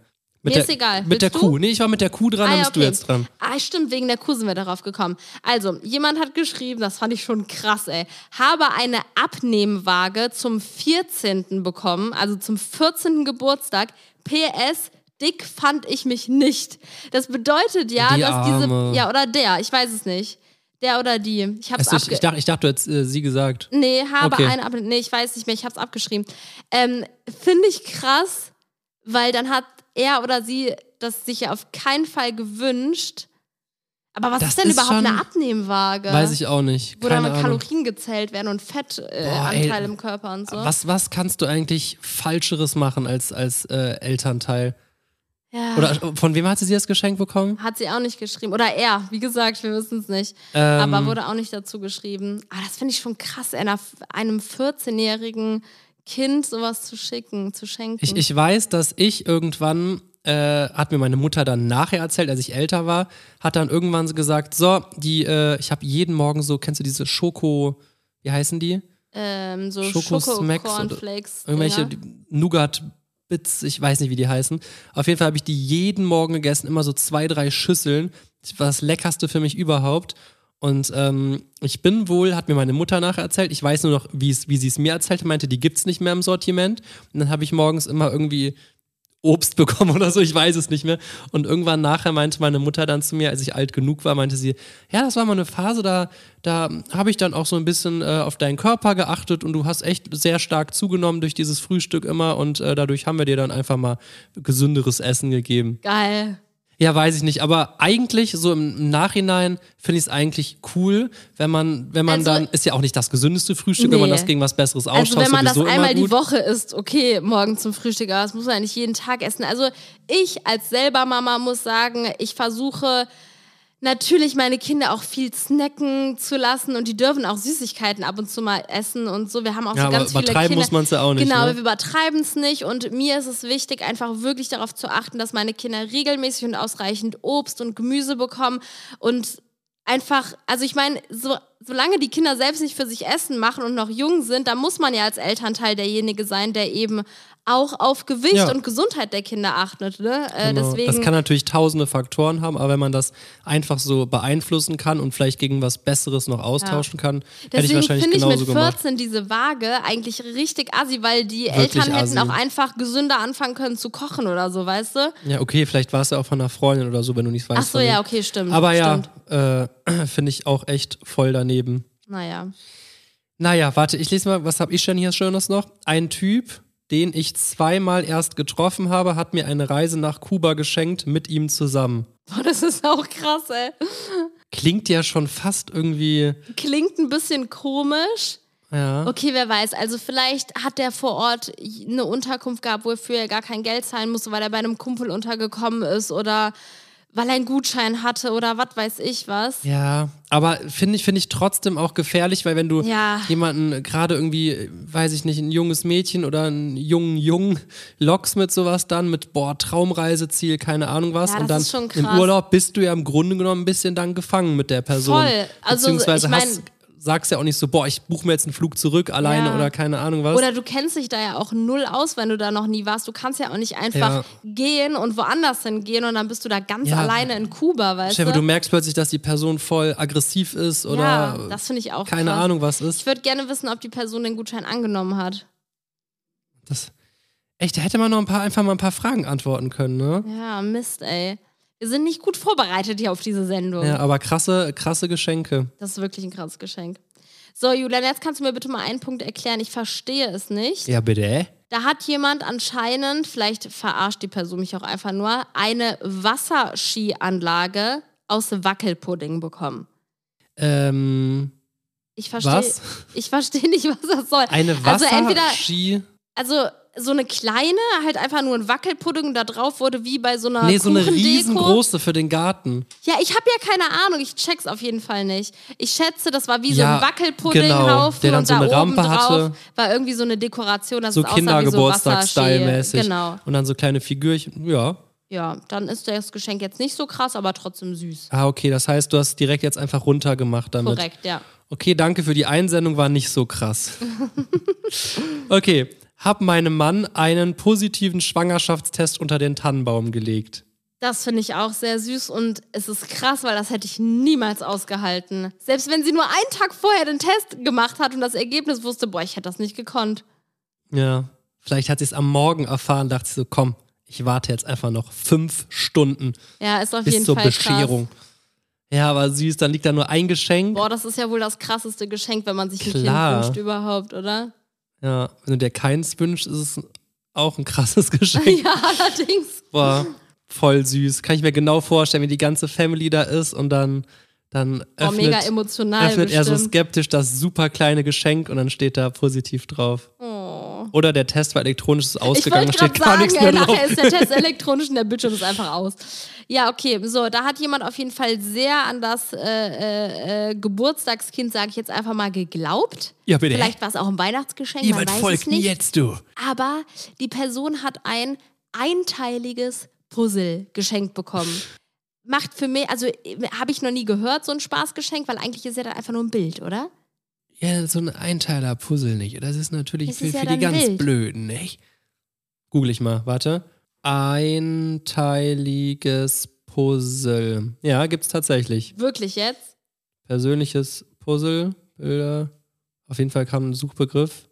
Speaker 1: Mir
Speaker 2: Mit der,
Speaker 1: ist egal.
Speaker 2: Mit der
Speaker 1: Willst du?
Speaker 2: Kuh. ne? Nee, ich war mit der Kuh dran,
Speaker 1: Ah,
Speaker 2: dann
Speaker 1: ja,
Speaker 2: bist du
Speaker 1: okay.
Speaker 2: jetzt dran.
Speaker 1: Ah, stimmt, wegen der Kuh sind wir darauf gekommen. Also, jemand hat geschrieben, das fand ich schon krass, ey. Habe eine Abnehmwaage zum 14. bekommen, also zum 14. Geburtstag. PS, dick fand ich mich nicht. Das bedeutet ja,
Speaker 2: Die
Speaker 1: dass
Speaker 2: Arme.
Speaker 1: diese. Ja, oder der, ich weiß es nicht. Der oder die. Ich hab's
Speaker 2: Also ich,
Speaker 1: abge
Speaker 2: ich, dachte, ich dachte, du hättest äh, sie gesagt.
Speaker 1: Nee, habe
Speaker 2: Okay.
Speaker 1: eine Abnehmwaage. Nee, ich weiß nicht mehr, ich hab's abgeschrieben. Ähm, Finde ich krass, weil dann hat er oder sie das sich ja auf keinen Fall gewünscht. Aber was
Speaker 2: Das
Speaker 1: ist denn
Speaker 2: ist
Speaker 1: überhaupt
Speaker 2: schon-
Speaker 1: eine Abnehmwaage?
Speaker 2: Weiß ich auch nicht.
Speaker 1: Wo
Speaker 2: Keine
Speaker 1: dann mal
Speaker 2: Ahnung.
Speaker 1: Kalorien gezählt werden und Fettanteil äh,
Speaker 2: Boah, ey.
Speaker 1: Anteil im Körper und so.
Speaker 2: Was, was kannst du eigentlich Falscheres machen als, als äh, Elternteil?
Speaker 1: Ja.
Speaker 2: Oder von wem hatte sie das Geschenk bekommen?
Speaker 1: hat sie auch nicht geschrieben. Oder er, wie gesagt, wir wissen es nicht.
Speaker 2: Ähm,
Speaker 1: Aber wurde auch nicht dazu geschrieben. Aber das finde ich schon krass, einer, einem 14-jährigen Kind sowas zu schicken, zu schenken.
Speaker 2: ich, ich weiß, dass ich irgendwann, äh, hat mir meine Mutter dann nachher erzählt, als ich älter war, hat dann irgendwann so gesagt, so, die, äh, ich habe jeden Morgen so, kennst du diese Schoko, wie heißen die?
Speaker 1: ähm, so
Speaker 2: Schokosmacks oder
Speaker 1: Schoko-Cornflakes.
Speaker 2: Irgendwelche
Speaker 1: Dinger.
Speaker 2: Nougat-Bits, ich weiß nicht, wie die heißen. Auf jeden Fall habe ich die jeden Morgen gegessen, immer so zwei, drei Schüsseln. Das war das Leckerste für mich überhaupt. Und ähm, ich bin wohl, hat mir meine Mutter nacherzählt, ich weiß nur noch, wie's, wie sie es mir erzählte, meinte, die gibt's nicht mehr im Sortiment. Und dann habe ich morgens immer irgendwie Obst bekommen oder so, ich weiß es nicht mehr. Und irgendwann nachher meinte meine Mutter dann zu mir, als ich alt genug war, meinte sie, ja, das war mal eine Phase, da, da habe ich dann auch so ein bisschen äh, auf deinen Körper geachtet und du hast echt sehr stark zugenommen durch dieses Frühstück immer und äh, dadurch haben wir dir dann einfach mal gesünderes Essen gegeben.
Speaker 1: Geil.
Speaker 2: Ja, weiß ich nicht, aber eigentlich so im im Nachhinein finde ich es eigentlich cool, wenn man, wenn man
Speaker 1: Also-
Speaker 2: dann, ist ja auch nicht das gesündeste Frühstück, wenn man
Speaker 1: Nee.
Speaker 2: das gegen was Besseres austauscht,
Speaker 1: Also wenn man das
Speaker 2: sowieso immer
Speaker 1: einmal
Speaker 2: gut.
Speaker 1: die Woche isst, okay, morgen zum Frühstück, aber das muss man ja nicht jeden Tag essen. Also ich als selber Mama muss sagen, ich versuche natürlich meine Kinder auch viel snacken zu lassen und die dürfen auch Süßigkeiten ab und zu mal essen und so. Wir haben auch
Speaker 2: Ja,
Speaker 1: so
Speaker 2: aber
Speaker 1: ganz viele
Speaker 2: übertreiben
Speaker 1: Kinder.
Speaker 2: muss man's ja auch nicht,
Speaker 1: Genau,
Speaker 2: ne?
Speaker 1: aber wir übertreiben es nicht und mir ist es wichtig, einfach wirklich darauf zu achten, dass meine Kinder regelmäßig und ausreichend Obst und Gemüse bekommen und einfach, also ich meine, so, solange die Kinder selbst nicht für sich Essen machen und noch jung sind, da muss man ja als Elternteil derjenige sein, der eben auch auf Gewicht
Speaker 2: Ja.
Speaker 1: und Gesundheit der Kinder achtet. Ne? Äh,
Speaker 2: Genau.
Speaker 1: deswegen,
Speaker 2: Das kann natürlich tausende Faktoren haben, aber wenn man das einfach so beeinflussen kann und vielleicht gegen was Besseres noch austauschen kann, hätte ich
Speaker 1: Deswegen
Speaker 2: wahrscheinlich
Speaker 1: finde ich mit
Speaker 2: genauso
Speaker 1: 14
Speaker 2: gemacht.
Speaker 1: diese Waage eigentlich richtig assi, weil die
Speaker 2: Wirklich
Speaker 1: Eltern hätten
Speaker 2: assi.
Speaker 1: auch einfach gesünder anfangen können zu kochen oder so, weißt du?
Speaker 2: Ja, okay, vielleicht war es ja auch von einer Freundin oder so, wenn du nicht weißt.
Speaker 1: Ach so,
Speaker 2: von wem.
Speaker 1: ja, okay, stimmt.
Speaker 2: Aber
Speaker 1: Stimmt.
Speaker 2: ja, äh, finde ich auch echt voll daneben.
Speaker 1: Naja.
Speaker 2: Naja, warte, ich lese mal, was habe ich denn hier Schönes noch? Ein Typ, den ich zweimal erst getroffen habe, hat mir eine Reise nach Kuba geschenkt mit ihm zusammen.
Speaker 1: Boah, das ist auch krass, ey.
Speaker 2: Klingt ja schon fast irgendwie,
Speaker 1: Klingt ein bisschen komisch.
Speaker 2: ja.
Speaker 1: Okay, wer weiß. Also vielleicht hat der vor Ort eine Unterkunft gehabt, wofür er gar kein Geld zahlen musste, weil er bei einem Kumpel untergekommen ist oder weil er einen Gutschein hatte oder was weiß ich was.
Speaker 2: Ja, aber finde ich, finde ich trotzdem auch gefährlich, weil wenn du
Speaker 1: Ja.
Speaker 2: jemanden gerade irgendwie, äh, weiß ich nicht, ein junges Mädchen oder einen jungen Jungen lockst mit sowas dann, mit boah, Traumreiseziel, keine Ahnung was,
Speaker 1: Ja,
Speaker 2: und dann
Speaker 1: das ist schon
Speaker 2: im
Speaker 1: krass.
Speaker 2: Urlaub bist du ja im Grunde genommen ein bisschen dann gefangen mit der Person.
Speaker 1: Voll. Also,
Speaker 2: Beziehungsweise
Speaker 1: ich mein-
Speaker 2: hast, sagst ja auch nicht so, boah, ich buche mir jetzt einen Flug zurück alleine
Speaker 1: Ja.
Speaker 2: oder keine Ahnung was.
Speaker 1: Oder du kennst dich da ja auch null aus, wenn du da noch nie warst. Du kannst ja auch nicht einfach
Speaker 2: Ja.
Speaker 1: gehen und woanders hingehen und dann bist du da ganz
Speaker 2: Ja.
Speaker 1: alleine in Kuba, weißt
Speaker 2: Steffi, du
Speaker 1: du?
Speaker 2: merkst plötzlich, dass die Person voll aggressiv ist oder
Speaker 1: ja, das finde ich auch
Speaker 2: keine
Speaker 1: krass.
Speaker 2: Ahnung was ist.
Speaker 1: Ich würde gerne wissen, ob die Person den Gutschein angenommen hat.
Speaker 2: Das, echt, da hätte man noch ein paar, einfach mal ein paar Fragen antworten können, ne?
Speaker 1: Ja, Mist, ey. Wir sind nicht gut vorbereitet hier auf diese Sendung.
Speaker 2: Ja, aber krasse, krasse Geschenke.
Speaker 1: Das ist wirklich ein krasses Geschenk. So, Julian, jetzt kannst du mir bitte mal einen Punkt erklären. Ich verstehe es nicht.
Speaker 2: Ja, bitte.
Speaker 1: Da hat jemand anscheinend, vielleicht verarscht die Person mich auch einfach nur, eine Wasserskianlage aus Wackelpudding bekommen.
Speaker 2: Ähm,
Speaker 1: Ich verstehe
Speaker 2: was?
Speaker 1: ich verstehe nicht, was das soll.
Speaker 2: Eine
Speaker 1: Also entweder-
Speaker 2: Wasserski?
Speaker 1: Also so eine kleine, halt einfach nur ein Wackelpudding und da drauf wurde wie bei so einer
Speaker 2: nee, so eine
Speaker 1: Kuchendeko.
Speaker 2: riesengroße für den Garten.
Speaker 1: Ja, ich habe ja keine Ahnung, ich check's auf jeden Fall nicht. Ich schätze, das war wie so
Speaker 2: Ja,
Speaker 1: ein Wackelpuddinghaufen
Speaker 2: genau, der dann
Speaker 1: und
Speaker 2: so eine
Speaker 1: da oben
Speaker 2: Rampe
Speaker 1: drauf
Speaker 2: hatte.
Speaker 1: war irgendwie so eine Dekoration, das
Speaker 2: So
Speaker 1: ist aussah wie so
Speaker 2: Kindergeburtstag-Style-mäßig.
Speaker 1: Genau.
Speaker 2: Und dann so kleine Figürchen. Ja.
Speaker 1: Ja, dann ist das Geschenk jetzt nicht so krass, aber trotzdem süß.
Speaker 2: Ah, okay, das heißt, du hast direkt jetzt einfach runtergemacht damit.
Speaker 1: Korrekt, ja.
Speaker 2: Okay, danke für die Einsendung, war nicht so krass. okay, hab meinem Mann einen positiven Schwangerschaftstest unter den Tannenbaum gelegt.
Speaker 1: Das finde ich auch sehr süß und es ist krass, weil das hätte ich niemals ausgehalten. Selbst wenn sie nur einen Tag vorher den Test gemacht hat und das Ergebnis wusste, boah, ich hätte das nicht gekonnt.
Speaker 2: Ja, vielleicht hat sie es am Morgen erfahren, dachte sie so, komm, ich warte jetzt einfach noch fünf Stunden
Speaker 1: Ja, ist auf
Speaker 2: bis
Speaker 1: jeden
Speaker 2: zur
Speaker 1: Fall
Speaker 2: Bescherung. Ja, aber süß, dann liegt da nur ein Geschenk.
Speaker 1: krass. Boah, das ist ja wohl das krasseste Geschenk, wenn man sich ein
Speaker 2: Klar.
Speaker 1: Kind wünscht überhaupt, oder?
Speaker 2: Ja, wenn du dir keins wünschst, ist es auch ein krasses Geschenk.
Speaker 1: Ja, allerdings. Oh,
Speaker 2: Boah, voll süß. Kann ich mir genau vorstellen, wie die ganze Family da ist und dann, dann
Speaker 1: Boah, mega
Speaker 2: öffnet,
Speaker 1: emotional
Speaker 2: öffnet er so
Speaker 1: bestimmt.
Speaker 2: skeptisch das super kleine Geschenk und dann steht da positiv drauf.
Speaker 1: oh.
Speaker 2: Oder der Test war elektronisch, ist
Speaker 1: Ich
Speaker 2: ausgegangen,
Speaker 1: wollte
Speaker 2: da steht
Speaker 1: gerade
Speaker 2: gar
Speaker 1: sagen,
Speaker 2: nichts
Speaker 1: ey,
Speaker 2: mehr drauf.
Speaker 1: nachher ist der Test elektronisch und der Bildschirm ist einfach aus. Ja, okay, so, da hat jemand auf jeden Fall sehr an das äh, äh, äh, Geburtstagskind, sage ich jetzt einfach mal, geglaubt.
Speaker 2: Ja, bitte.
Speaker 1: Vielleicht war es auch ein Weihnachtsgeschenk,
Speaker 2: Jemand
Speaker 1: man weiß
Speaker 2: folgt
Speaker 1: es nicht.
Speaker 2: mir jetzt, du.
Speaker 1: Aber die Person hat ein einteiliges Puzzle geschenkt bekommen. Macht für mich, also äh, habe ich noch nie gehört, so ein Spaßgeschenk, weil eigentlich ist ja dann einfach nur ein Bild, oder?
Speaker 2: Ja, so ein Einteiler-Puzzle nicht. Das ist natürlich
Speaker 1: Das
Speaker 2: für,
Speaker 1: ist ja
Speaker 2: für die
Speaker 1: dann
Speaker 2: ganz
Speaker 1: wild.
Speaker 2: Blöden, nicht? Google ich mal, warte. Einteiliges Puzzle. Ja, gibt's tatsächlich.
Speaker 1: Wirklich jetzt?
Speaker 2: Persönliches Puzzle, Bilder. Auf jeden Fall kam ein Suchbegriff.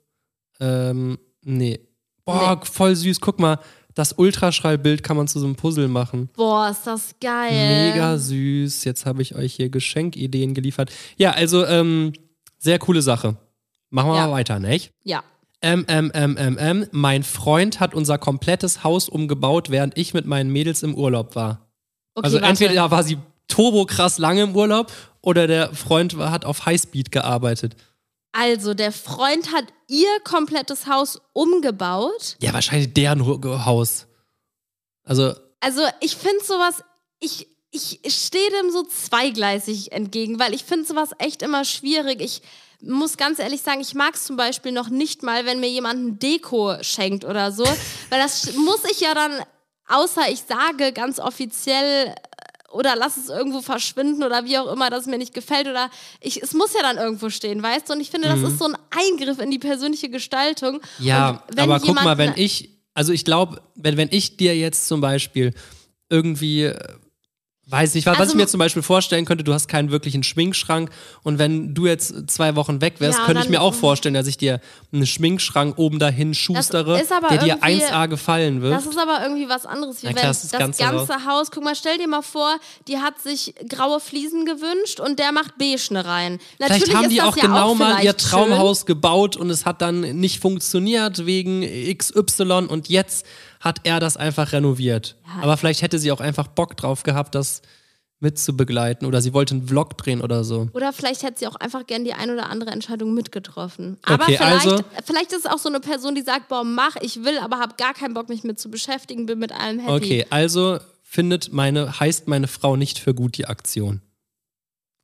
Speaker 2: Ähm, nee. Boah, voll süß. Guck mal, das Ultraschallbild kann man zu so einem Puzzle machen.
Speaker 1: Boah, ist das geil.
Speaker 2: Mega süß. Jetzt habe ich euch hier Geschenkideen geliefert. Ja, also, ähm, sehr coole Sache. Machen wir
Speaker 1: Ja.
Speaker 2: mal weiter, nicht?
Speaker 1: Ja.
Speaker 2: M, M, M, M, M. Mein Freund hat unser komplettes Haus umgebaut, während ich mit meinen Mädels im Urlaub war.
Speaker 1: Okay,
Speaker 2: also
Speaker 1: warte.
Speaker 2: entweder war sie turbo krass lange im Urlaub oder der Freund war, hat auf Highspeed gearbeitet.
Speaker 1: Also, der Freund hat ihr komplettes Haus umgebaut.
Speaker 2: Ja, wahrscheinlich deren Hu- Haus. Also,
Speaker 1: Also, ich finde sowas, ich, ich stehe dem so zweigleisig entgegen, weil ich finde sowas echt immer schwierig. Ich muss ganz ehrlich sagen, ich mag es zum Beispiel noch nicht mal, wenn mir jemand ein Deko schenkt oder so, weil das muss ich ja dann, außer ich sage ganz offiziell äh, oder lass es irgendwo verschwinden oder wie auch immer, dass es mir nicht gefällt oder ich, es muss ja dann irgendwo stehen, weißt du? Und ich finde, das ist so ein Eingriff in die persönliche Gestaltung.
Speaker 2: Mhm. Ja,
Speaker 1: Und wenn
Speaker 2: aber guck mal,
Speaker 1: jemand-
Speaker 2: wenn ich, also ich glaube, wenn, wenn ich dir jetzt zum Beispiel irgendwie, äh, weiß nicht, was
Speaker 1: Also
Speaker 2: ich mir
Speaker 1: ma-
Speaker 2: zum Beispiel vorstellen könnte, du hast keinen wirklichen Schminkschrank und wenn du jetzt zwei Wochen weg wärst,
Speaker 1: Ja,
Speaker 2: könnte ich
Speaker 1: dann- mhm.
Speaker 2: mir auch vorstellen, dass ich dir einen Schminkschrank oben dahin schustere,
Speaker 1: ist aber
Speaker 2: der dir
Speaker 1: irgendwie-
Speaker 2: 1A gefallen wird.
Speaker 1: Das ist aber irgendwie was anderes, wie
Speaker 2: Na
Speaker 1: wenn
Speaker 2: klar,
Speaker 1: das,
Speaker 2: das ist
Speaker 1: ganze,
Speaker 2: ganze
Speaker 1: Haus, guck mal, stell dir mal vor, die hat sich graue Fliesen gewünscht und der macht beige rein. Natürlich
Speaker 2: Vielleicht haben
Speaker 1: ist
Speaker 2: die
Speaker 1: das
Speaker 2: auch
Speaker 1: ja
Speaker 2: genau mal ihr
Speaker 1: vielleicht
Speaker 2: Traumhaus gebaut und es hat dann nicht funktioniert wegen XY und jetzt hat er das einfach renoviert. Aber vielleicht hätte sie auch einfach Bock drauf gehabt, das mitzubegleiten oder sie wollte einen Vlog drehen oder so.
Speaker 1: Schön. Oder vielleicht hätte sie auch einfach gern die ein oder andere Entscheidung mitgetroffen. Aber
Speaker 2: Okay,
Speaker 1: vielleicht,
Speaker 2: also-
Speaker 1: vielleicht ist es auch so eine Person, die sagt, boah, mach, ich will, aber habe gar keinen Bock, mich mit zu beschäftigen, bin mit allem happy.
Speaker 2: Okay, also findet meine, heißt meine Frau nicht für gut die Aktion.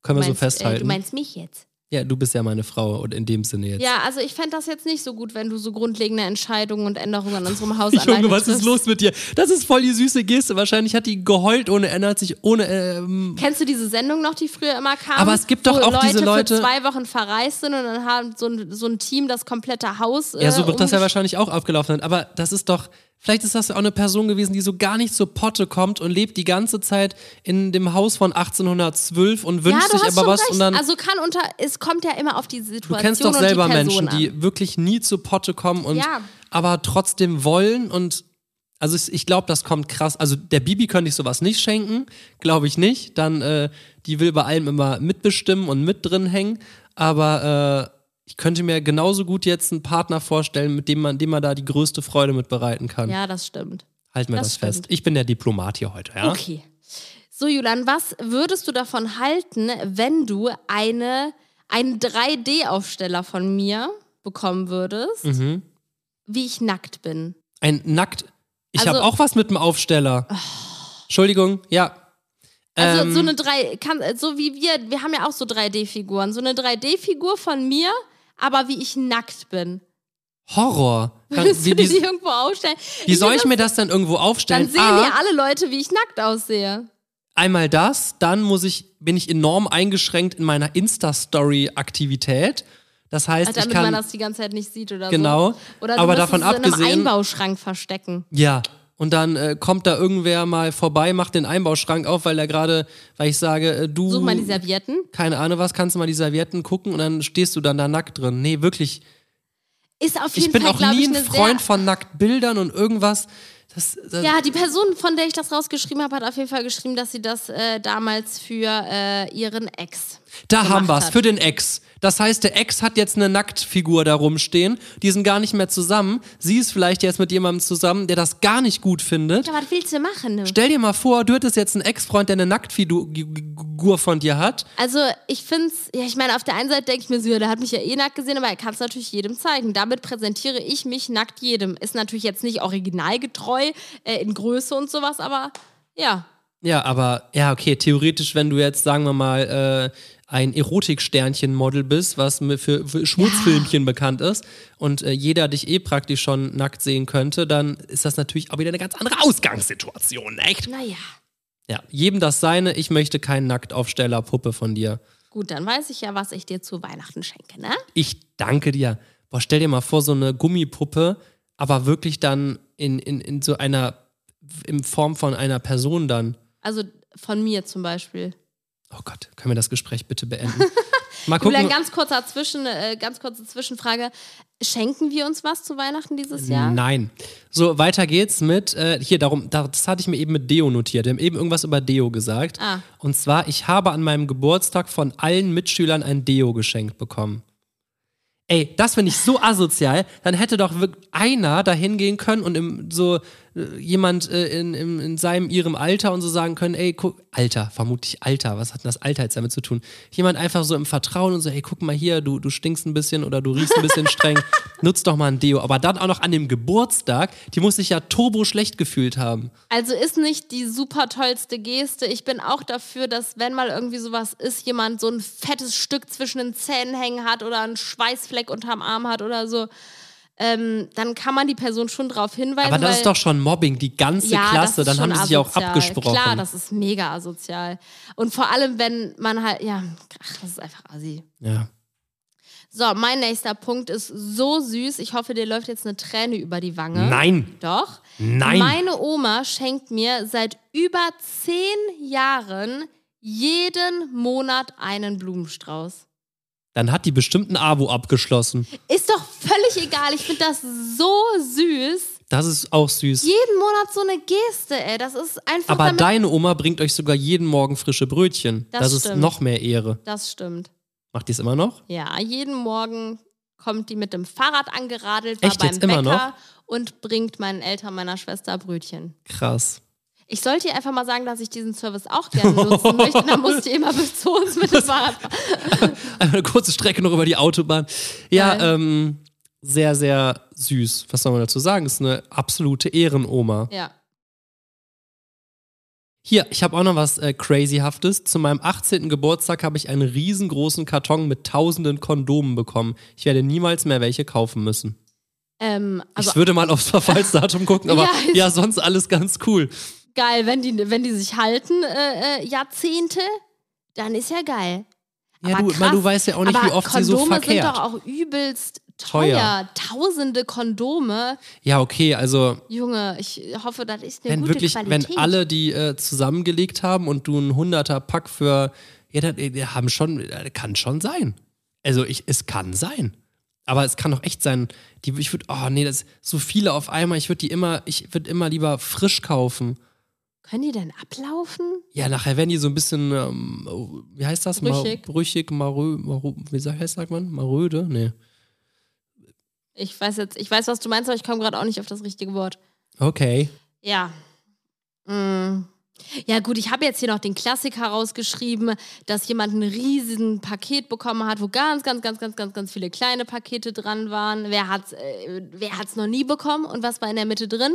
Speaker 2: Können wir
Speaker 1: Du meinst,
Speaker 2: so
Speaker 1: Äh, du
Speaker 2: festhalten.
Speaker 1: meinst mich jetzt.
Speaker 2: ja, du bist ja meine Frau und in dem Sinne jetzt.
Speaker 1: Ja, also ich fände das jetzt nicht so gut, wenn du so grundlegende Entscheidungen und Änderungen an unserem Haus alleine
Speaker 2: Junge, was ist
Speaker 1: triffst.
Speaker 2: los mit dir? Das ist voll die süße Geste. Wahrscheinlich hat die geheult ohne Ende, hat sich ohne ähm,
Speaker 1: Kennst du diese Sendung noch, die früher immer kam?
Speaker 2: Aber es gibt doch
Speaker 1: wo
Speaker 2: auch diese Leute-
Speaker 1: für zwei Wochen verreist sind und dann haben so ein, so ein Team das komplette Haus. Äh,
Speaker 2: Ja, so wird das ja
Speaker 1: umgesch-
Speaker 2: wahrscheinlich auch abgelaufen sein. Aber das ist doch, vielleicht ist das ja auch eine Person gewesen, die so gar nicht zur Potte kommt und lebt die ganze Zeit in dem Haus von 1812 und
Speaker 1: Ja,
Speaker 2: wünscht
Speaker 1: du
Speaker 2: sich
Speaker 1: hast
Speaker 2: aber
Speaker 1: schon
Speaker 2: was
Speaker 1: recht.
Speaker 2: und dann.
Speaker 1: also kann unter, es kommt ja immer auf die Situation
Speaker 2: du kennst doch
Speaker 1: und
Speaker 2: selber
Speaker 1: die Person
Speaker 2: Menschen,
Speaker 1: an.
Speaker 2: die wirklich nie zur Potte kommen und
Speaker 1: Ja.
Speaker 2: aber trotzdem wollen und. Also ich, ich glaube, das kommt krass. Also der Bibi könnte ich sowas nicht schenken, glaube ich nicht. Dann, äh, die will bei allem immer mitbestimmen und mit drin hängen. Aber äh, ich könnte mir genauso gut jetzt einen Partner vorstellen, mit dem man, dem man da die größte Freude mit bereiten kann.
Speaker 1: Ja, das stimmt.
Speaker 2: Halten wir
Speaker 1: das
Speaker 2: das,
Speaker 1: stimmt.
Speaker 2: fest. Ich bin der Diplomat hier heute, ja?
Speaker 1: Okay. So, Julian, was würdest du davon halten, wenn du eine, einen 3D-Aufsteller von mir bekommen würdest,
Speaker 2: Mhm.
Speaker 1: wie ich nackt bin?
Speaker 2: Ein nackt. Ich
Speaker 1: Also- Oh.
Speaker 2: habe auch was mit dem Aufsteller. Entschuldigung, ja.
Speaker 1: Also
Speaker 2: Ähm,
Speaker 1: so eine 3 kann, äh, so wie wir, wir haben ja auch so 3D-Figuren. So eine 3D-Figur von mir, aber wie ich nackt bin.
Speaker 2: Horror. Kann,
Speaker 1: Würdest
Speaker 2: wie,
Speaker 1: du die
Speaker 2: wie,
Speaker 1: irgendwo aufstellen?
Speaker 2: wie
Speaker 1: Ich
Speaker 2: soll
Speaker 1: find
Speaker 2: ich mir das dann irgendwo
Speaker 1: das-
Speaker 2: aufstellen?
Speaker 1: Dann sehen
Speaker 2: A,
Speaker 1: ja alle Leute, wie ich nackt aussehe.
Speaker 2: einmal das, dann muss ich, bin ich enorm eingeschränkt in meiner Insta-Story-Aktivität. Das heißt,
Speaker 1: Damit
Speaker 2: ich kann.
Speaker 1: man das die ganze Zeit nicht sieht oder
Speaker 2: genau.
Speaker 1: so. Oder du
Speaker 2: aber
Speaker 1: müsstest
Speaker 2: davon
Speaker 1: es in einem
Speaker 2: abgesehen.
Speaker 1: Einbauschrank verstecken.
Speaker 2: Ja. Und dann äh, kommt da irgendwer mal vorbei, macht den Einbauschrank auf, weil er gerade, weil ich sage, äh, du.
Speaker 1: Such mal die Servietten.
Speaker 2: keine Ahnung was, kannst du mal die Servietten gucken und dann stehst du dann da nackt drin. Nee, wirklich.
Speaker 1: Ist auf jeden
Speaker 2: Ich bin
Speaker 1: Fall,
Speaker 2: auch
Speaker 1: glaube
Speaker 2: nie
Speaker 1: ich,
Speaker 2: ein
Speaker 1: eine
Speaker 2: Freund
Speaker 1: sehr...
Speaker 2: von Nacktbildern und irgendwas. Das, das,
Speaker 1: Ja, die Person, von der ich das rausgeschrieben habe, hat auf jeden Fall geschrieben, dass sie das äh, damals für äh, ihren Ex
Speaker 2: da haben wir's,
Speaker 1: hat.
Speaker 2: für den Ex. Das heißt, der Ex hat jetzt eine Nacktfigur da rumstehen. Die sind gar nicht mehr zusammen. Sie ist vielleicht jetzt mit jemandem zusammen, der das gar nicht gut findet.
Speaker 1: Ja, was willst du machen? Ne?
Speaker 2: Stell dir mal vor, du hättest jetzt einen Ex-Freund, der eine Nacktfigur von dir hat.
Speaker 1: Also ich find's, ja, ich meine, auf der einen Seite denke ich mir so, ja, der hat mich ja eh nackt gesehen, aber er kann es natürlich jedem zeigen. Damit präsentiere ich mich nackt jedem. Ist natürlich jetzt nicht originalgetreu äh, in Größe und sowas, aber ja.
Speaker 2: Ja, aber ja, okay, theoretisch, wenn du jetzt, sagen wir mal, äh, ein Erotiksternchen-Model bist, was mi- für, für Schmutzfilmchen bekannt ist und äh, jeder dich eh praktisch schon nackt sehen könnte, dann ist das natürlich auch wieder eine ganz andere Ausgangssituation, echt?
Speaker 1: Naja,
Speaker 2: Ja, jedem das seine, ich möchte keinen Nacktaufsteller-Puppe von dir.
Speaker 1: gut, dann weiß ich ja, was ich dir zu Weihnachten schenke, ne?
Speaker 2: Ich danke dir. Boah, stell dir mal vor, so eine Gummipuppe, aber wirklich dann in, in, in so einer, in Form von einer Person dann.
Speaker 1: Also von mir zum Beispiel.
Speaker 2: Oh Gott, können wir das Gespräch bitte beenden? Mal gucken.
Speaker 1: Julian, ganz kurzer Zwischen, äh, ganz kurze Zwischenfrage. Schenken wir uns was zu Weihnachten dieses Jahr?
Speaker 2: Nein. So, weiter geht's mit, äh, hier, darum, da, das hatte ich mir eben mit Deo notiert. Wir haben eben irgendwas über Deo gesagt.
Speaker 1: Ah.
Speaker 2: Und zwar, ich habe an meinem Geburtstag von allen Mitschülern ein Deo geschenkt bekommen. Ey, das finde ich so asozial. Dann hätte doch wirklich einer dahin gehen können und im, so äh, jemand äh, in, in, in seinem, ihrem Alter und so sagen können, ey, guck, Alter, vermutlich Alter, was hat denn das Alter jetzt damit zu tun? Jemand einfach so im Vertrauen und so, ey, guck mal hier, du, du stinkst ein bisschen oder du riechst ein bisschen streng. nutz doch mal ein Deo. Aber dann auch noch an dem Geburtstag, die muss sich ja turbo schlecht gefühlt haben.
Speaker 1: Also ist nicht die super tollste Geste. Ich bin auch dafür, dass wenn mal irgendwie sowas ist, jemand so ein fettes Stück zwischen den Zähnen hängen hat oder einen Schweißfleck unterm Arm hat oder so, ähm, dann kann man die Person schon darauf hinweisen.
Speaker 2: Aber das
Speaker 1: weil,
Speaker 2: ist doch schon Mobbing, die ganze
Speaker 1: ja, das
Speaker 2: Klasse.
Speaker 1: ist
Speaker 2: Dann haben
Speaker 1: schon
Speaker 2: sie sich ja auch
Speaker 1: asozial.
Speaker 2: abgesprochen.
Speaker 1: Klar, das ist mega asozial. Und vor allem, wenn man halt, ja, ach, das ist einfach assi.
Speaker 2: ja.
Speaker 1: So, mein nächster Punkt ist so süß. Ich hoffe, dir läuft jetzt eine Träne über die Wange.
Speaker 2: Nein,
Speaker 1: Doch.
Speaker 2: nein.
Speaker 1: Meine Oma schenkt mir seit über zehn Jahren jeden Monat einen Blumenstrauß.
Speaker 2: dann hat die bestimmt ein Abo abgeschlossen.
Speaker 1: Ist doch völlig egal. Ich finde das so süß.
Speaker 2: Das ist auch süß.
Speaker 1: Jeden Monat so eine Geste, ey. Das ist einfach
Speaker 2: Aber
Speaker 1: damit.
Speaker 2: deine Oma bringt euch sogar jeden Morgen frische Brötchen. Das,
Speaker 1: Das
Speaker 2: ist
Speaker 1: stimmt.
Speaker 2: noch mehr Ehre.
Speaker 1: Das stimmt.
Speaker 2: Macht die es immer noch?
Speaker 1: Ja, jeden Morgen kommt die mit dem Fahrrad angeradelt, war
Speaker 2: Echt
Speaker 1: beim
Speaker 2: jetzt?
Speaker 1: Bäcker
Speaker 2: Immer noch?
Speaker 1: und bringt meinen Eltern meiner Schwester Brötchen.
Speaker 2: Krass.
Speaker 1: Ich sollte ihr einfach mal sagen, dass ich diesen Service auch gerne nutzen möchte. Dann musst ihr immer bis zu uns mit dem Fahrrad fahren.
Speaker 2: Einmal eine kurze Strecke noch über die Autobahn. Ja,
Speaker 1: Geil.
Speaker 2: ähm, sehr, sehr süß. Was soll man dazu sagen? Ist eine absolute Ehrenoma.
Speaker 1: Ja.
Speaker 2: Hier, ich habe auch noch was äh, Crazyhaftes. Zu meinem 18. Geburtstag habe ich einen riesengroßen Karton mit tausenden Kondomen bekommen. Ich werde niemals mehr welche kaufen müssen.
Speaker 1: Ähm, also
Speaker 2: ich würde mal aufs Verfallsdatum gucken, aber
Speaker 1: Ja,
Speaker 2: ja,
Speaker 1: ist-
Speaker 2: sonst alles ganz cool.
Speaker 1: geil, wenn die, wenn die sich halten, äh, äh, Jahrzehnte, dann ist ja geil.
Speaker 2: Ja,
Speaker 1: Aber
Speaker 2: du, man,
Speaker 1: krass.
Speaker 2: du weißt ja auch nicht,
Speaker 1: Aber
Speaker 2: wie oft
Speaker 1: Kondome
Speaker 2: sie so verkehrt.
Speaker 1: sind doch auch übelst
Speaker 2: Teuer.
Speaker 1: teuer. Tausende Kondome.
Speaker 2: ja, okay, also
Speaker 1: Junge, ich hoffe, das ist eine
Speaker 2: wenn
Speaker 1: gute
Speaker 2: wirklich,
Speaker 1: Qualität.
Speaker 2: wenn alle die äh, zusammengelegt haben und du ein hunderter Pack für, ja, dann, äh, haben schon, äh, kann schon sein. Also ich, es kann sein. Aber es kann auch echt sein, die, ich würde, oh nee, das so viele auf einmal, ich würde die immer, ich würde immer lieber frisch kaufen.
Speaker 1: Können die denn ablaufen?
Speaker 2: Ja, nachher werden die so ein bisschen, ähm, wie heißt das? Mar-
Speaker 1: Brüchig.
Speaker 2: Brüchig, marö, marö, wie sagt, heißt, sagt man? Maröde? Nee.
Speaker 1: Ich weiß jetzt, ich weiß, was du meinst, aber ich komme gerade auch nicht auf das richtige Wort.
Speaker 2: Okay.
Speaker 1: Ja. Mm. Ja gut, ich habe jetzt hier noch den Klassiker rausgeschrieben, dass jemand ein riesen Paket bekommen hat, wo ganz, ganz, ganz, ganz, ganz, ganz viele kleine Pakete dran waren. Wer hat's, äh, wer hat's noch nie bekommen und was war in der Mitte drin?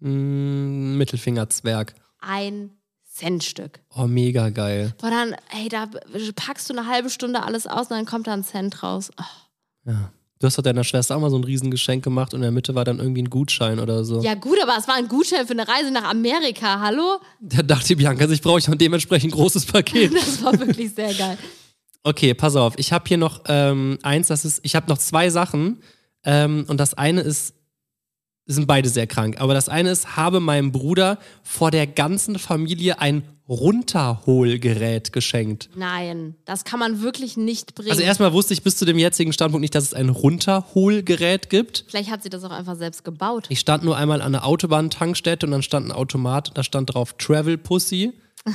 Speaker 2: Mm, Mittelfingerzwerg.
Speaker 1: Ein Centstück.
Speaker 2: Oh, mega geil.
Speaker 1: Boah, dann, ey, da packst du eine halbe Stunde alles aus und dann kommt da ein Cent raus. Oh.
Speaker 2: Ja. Du hast doch deiner Schwester auch mal so ein Riesengeschenk gemacht und in der Mitte war dann irgendwie ein Gutschein oder so.
Speaker 1: Ja gut, aber es war ein Gutschein für eine Reise nach Amerika, hallo?
Speaker 2: Da dachte Bianca, ich brauche ich ein dementsprechend großes Paket.
Speaker 1: Das war wirklich sehr geil.
Speaker 2: Okay, pass auf. Ich habe hier noch ähm, eins, das ist, ich habe noch zwei Sachen. Ähm, und das eine ist, sind beide sehr krank, aber das eine ist, habe meinem Bruder vor der ganzen Familie ein Runterholgerät geschenkt.
Speaker 1: Nein, das kann man wirklich nicht bringen.
Speaker 2: Also erstmal wusste ich bis zu dem jetzigen Standpunkt nicht, dass es ein Runterholgerät gibt.
Speaker 1: Vielleicht hat sie das auch einfach selbst gebaut.
Speaker 2: Ich stand nur einmal an der Autobahntankstätte und dann stand ein Automat, da stand drauf Travel Pussy.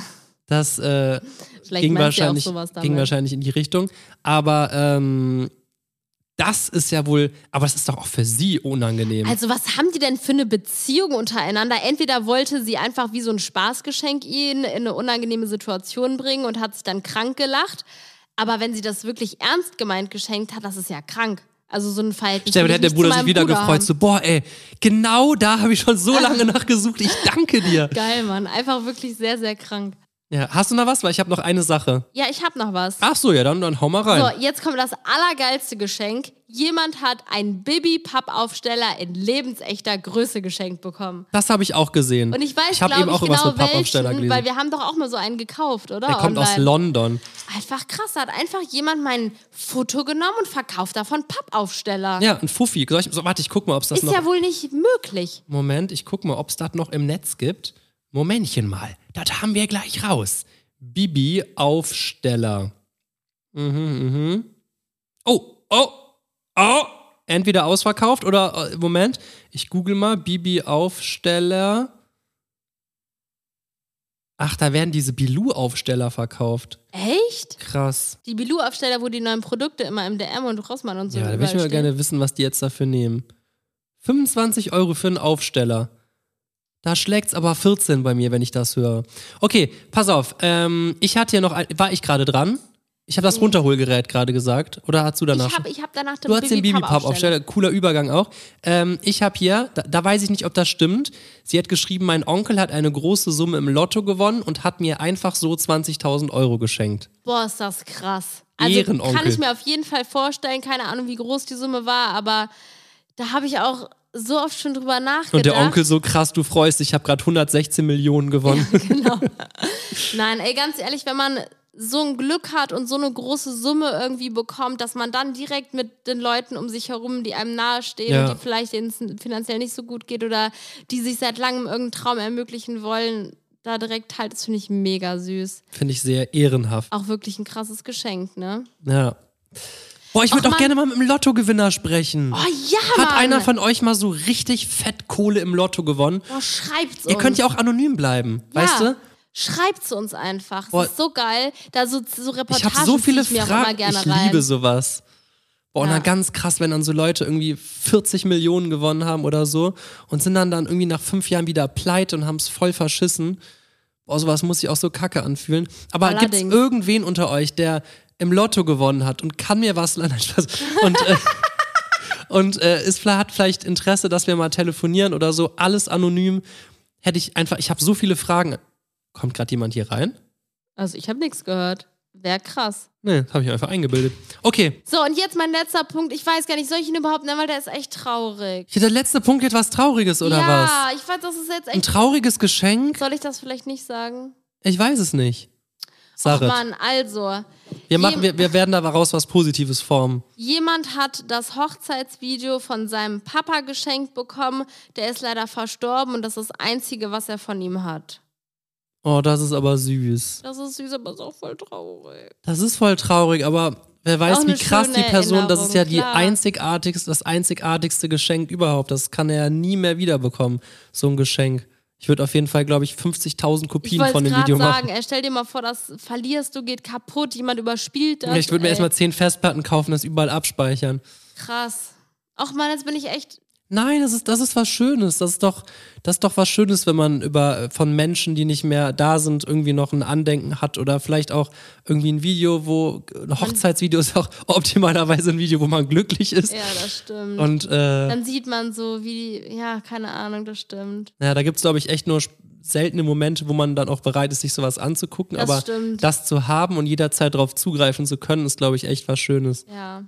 Speaker 2: Das äh,
Speaker 1: Vielleicht
Speaker 2: ging,
Speaker 1: meinst du ja auch
Speaker 2: wahrscheinlich,
Speaker 1: sowas damit.
Speaker 2: ging wahrscheinlich in die Richtung. Aber ähm, das ist ja wohl, aber es ist doch auch für sie unangenehm.
Speaker 1: Also was haben die denn für eine Beziehung untereinander? Entweder wollte sie einfach wie so ein Spaßgeschenk ihn in eine unangenehme Situation bringen und hat sich dann krank gelacht. Aber wenn sie das wirklich ernst gemeint geschenkt hat, das ist ja krank. Also so ein Verhältnis.
Speaker 2: Stefan
Speaker 1: will ich
Speaker 2: hätte der
Speaker 1: nicht
Speaker 2: Bruder
Speaker 1: zu
Speaker 2: sich
Speaker 1: meinem
Speaker 2: wieder
Speaker 1: Bruder
Speaker 2: gefreut,
Speaker 1: haben.
Speaker 2: so, boah, ey, genau da habe ich schon so lange nachgesucht. Ich danke dir.
Speaker 1: Geil, Mann. Einfach wirklich sehr, sehr krank.
Speaker 2: Ja, hast du noch was? Weil ich habe noch eine Sache.
Speaker 1: Ja, ich hab noch was.
Speaker 2: Ach so, ja, dann, dann hau mal rein.
Speaker 1: So, jetzt kommt das allergeilste Geschenk. Jemand hat einen Bibi-Pappaufsteller in lebensechter Größe geschenkt bekommen.
Speaker 2: Das habe ich auch gesehen.
Speaker 1: Und ich weiß,
Speaker 2: ich habe
Speaker 1: glaube
Speaker 2: eben
Speaker 1: ich,
Speaker 2: auch was
Speaker 1: genau
Speaker 2: mit Pappaufsteller
Speaker 1: welchen,
Speaker 2: gelesen.
Speaker 1: weil wir haben doch auch mal so einen gekauft, oder?
Speaker 2: der kommt aus
Speaker 1: Online.
Speaker 2: London.
Speaker 1: Einfach krass, da hat einfach jemand mein Foto genommen und verkauft davon Pappaufsteller.
Speaker 2: Ja, ein Fuffi. Soll ich, so, warte, ich guck mal, ob es das
Speaker 1: Ist
Speaker 2: noch.
Speaker 1: ja wohl nicht möglich.
Speaker 2: Moment, ich guck mal, ob es das noch im Netz gibt. Momentchen mal, das haben wir gleich raus. Bibi Aufsteller. Mhm, mhm. Oh, oh, oh. Entweder ausverkauft oder äh, Moment, ich google mal Bibi Aufsteller. Ach, da werden diese Bilou Aufsteller verkauft.
Speaker 1: Echt?
Speaker 2: Krass.
Speaker 1: Die Bilou-Aufsteller, wo die neuen Produkte immer im DM und Rossmann und so
Speaker 2: Ja, da würde
Speaker 1: überall
Speaker 2: ich mal
Speaker 1: stehen.
Speaker 2: gerne wissen, was die jetzt dafür nehmen. 25 Euro für einen Aufsteller. Da schlägt's aber 14 bei mir, wenn ich das höre. Okay, pass auf. Ähm, ich hatte hier noch ein, war ich gerade dran? Ich habe das Runterholgerät gerade gesagt. Oder hast du danach
Speaker 1: Mhm. Ich
Speaker 2: schon?
Speaker 1: habe ich hab danach
Speaker 2: Du hast den
Speaker 1: Bibi-Pub-Aufsteller.
Speaker 2: Bibi-Pub-Aufsteller, cooler Übergang auch. Ähm, ich habe hier, da, da weiß ich nicht, ob das stimmt, sie hat geschrieben, mein Onkel hat eine große Summe im Lotto gewonnen und hat mir einfach so 20.000 Euro geschenkt.
Speaker 1: Boah, ist das krass. Also
Speaker 2: Ehrenonkel.
Speaker 1: kann ich mir auf jeden Fall vorstellen, keine Ahnung, wie groß die Summe war, aber da habe ich auch so oft schon drüber nachgedacht.
Speaker 2: Und der Onkel so krass, du freust, ich habe gerade 116 Millionen gewonnen.
Speaker 1: Genau. Nein, ey, ganz ehrlich, wenn man so ein Glück hat und so eine große Summe irgendwie bekommt, dass man dann direkt mit den Leuten um sich herum, die einem nahestehen
Speaker 2: Ja.
Speaker 1: und die vielleicht denen es finanziell nicht so gut geht oder die sich seit langem irgendeinen Traum ermöglichen wollen, da direkt halt, das finde ich mega süß.
Speaker 2: Finde ich sehr ehrenhaft.
Speaker 1: Auch wirklich ein krasses Geschenk, ne?
Speaker 2: Ja. Boah, ich
Speaker 1: Och,
Speaker 2: würde auch
Speaker 1: Mann.
Speaker 2: gerne mal mit dem Lottogewinner sprechen.
Speaker 1: Oh ja,
Speaker 2: hat
Speaker 1: Mann!
Speaker 2: einer von euch mal so richtig fett Kohle im Lotto gewonnen?
Speaker 1: oh, schreibt's uns.
Speaker 2: Ihr könnt ja auch anonym bleiben,
Speaker 1: Ja,
Speaker 2: weißt du?
Speaker 1: Schreibt's uns einfach.
Speaker 2: Boah.
Speaker 1: Das ist so geil. Da so, so
Speaker 2: Ich
Speaker 1: Reportagen
Speaker 2: habe so viele
Speaker 1: zieh ich mir auch immer
Speaker 2: Fragen.
Speaker 1: gerne
Speaker 2: Ich
Speaker 1: rein.
Speaker 2: liebe sowas. Boah, und
Speaker 1: Ja.
Speaker 2: dann ganz krass, wenn dann so Leute irgendwie 40 Millionen gewonnen haben oder so und sind dann dann irgendwie nach fünf Jahren wieder pleite und haben es voll verschissen. Boah, sowas muss sich auch so kacke anfühlen. Aber gibt es
Speaker 1: Allerdings.
Speaker 2: irgendwen unter euch, der im Lotto gewonnen hat und kann mir was... Nein, Spaß. Und, äh, und äh, ist, hat vielleicht Interesse, dass wir mal telefonieren oder so. Alles anonym. Hätte ich einfach... Ich habe so viele Fragen. Kommt gerade jemand hier rein?
Speaker 1: Also ich habe nichts gehört. Wär krass.
Speaker 2: Nee, habe ich einfach eingebildet. Okay,
Speaker 1: So, und jetzt mein letzter Punkt. Ich weiß gar nicht, soll ich ihn überhaupt nennen, weil der ist echt traurig.
Speaker 2: Hier, Der letzte Punkt etwas Trauriges, oder was?
Speaker 1: ja, ich fand, das ist jetzt
Speaker 2: Ein
Speaker 1: echt.
Speaker 2: trauriges Geschenk?
Speaker 1: Soll ich das vielleicht nicht sagen?
Speaker 2: Ich weiß es nicht.
Speaker 1: Ach
Speaker 2: Sarah,
Speaker 1: Mann, also.
Speaker 2: wir, machen,
Speaker 1: jem-
Speaker 2: wir, wir werden daraus was Positives formen.
Speaker 1: Jemand hat das Hochzeitsvideo von seinem Papa geschenkt bekommen. Der ist leider verstorben und das ist das Einzige, was er von ihm hat.
Speaker 2: Oh, das ist aber süß.
Speaker 1: Das ist süß, aber ist auch voll traurig.
Speaker 2: Das ist voll traurig, aber wer
Speaker 1: Auch
Speaker 2: weiß, wie
Speaker 1: eine
Speaker 2: krass die
Speaker 1: schöne
Speaker 2: Person, das ist ja die
Speaker 1: Erinnerung, klar.
Speaker 2: einzigartigste, das einzigartigste Geschenk überhaupt. Das kann er ja nie mehr wiederbekommen, so ein Geschenk. Ich würde auf jeden Fall, glaube ich, 50.000
Speaker 1: Ich
Speaker 2: Kopien
Speaker 1: wollte
Speaker 2: von
Speaker 1: es
Speaker 2: dem
Speaker 1: gerade
Speaker 2: Video machen.
Speaker 1: sagen, ey, stell dir mal vor, das verlierst du, geht kaputt, jemand überspielt das.
Speaker 2: ich würde mir
Speaker 1: ey.
Speaker 2: erstmal 10 Festplatten kaufen, das überall abspeichern.
Speaker 1: Krass. Ach man, jetzt bin ich echt.
Speaker 2: Nein, das ist, das ist was Schönes. Das ist doch, das ist doch was Schönes, wenn man über von Menschen, die nicht mehr da sind, irgendwie noch ein Andenken hat oder vielleicht auch irgendwie ein Video, wo ein Hochzeitsvideo ist auch optimalerweise ein Video, wo man glücklich ist.
Speaker 1: Ja, das stimmt.
Speaker 2: Und äh,
Speaker 1: Dann sieht man so, wie, die- ja, keine Ahnung, das stimmt.
Speaker 2: ja, da gibt es, glaube ich, echt nur sp- seltene Momente, wo man dann auch bereit ist, sich sowas anzugucken.
Speaker 1: Das
Speaker 2: aber
Speaker 1: stimmt.
Speaker 2: das zu haben und jederzeit darauf zugreifen zu können, ist, glaube ich, echt was Schönes.
Speaker 1: Ja.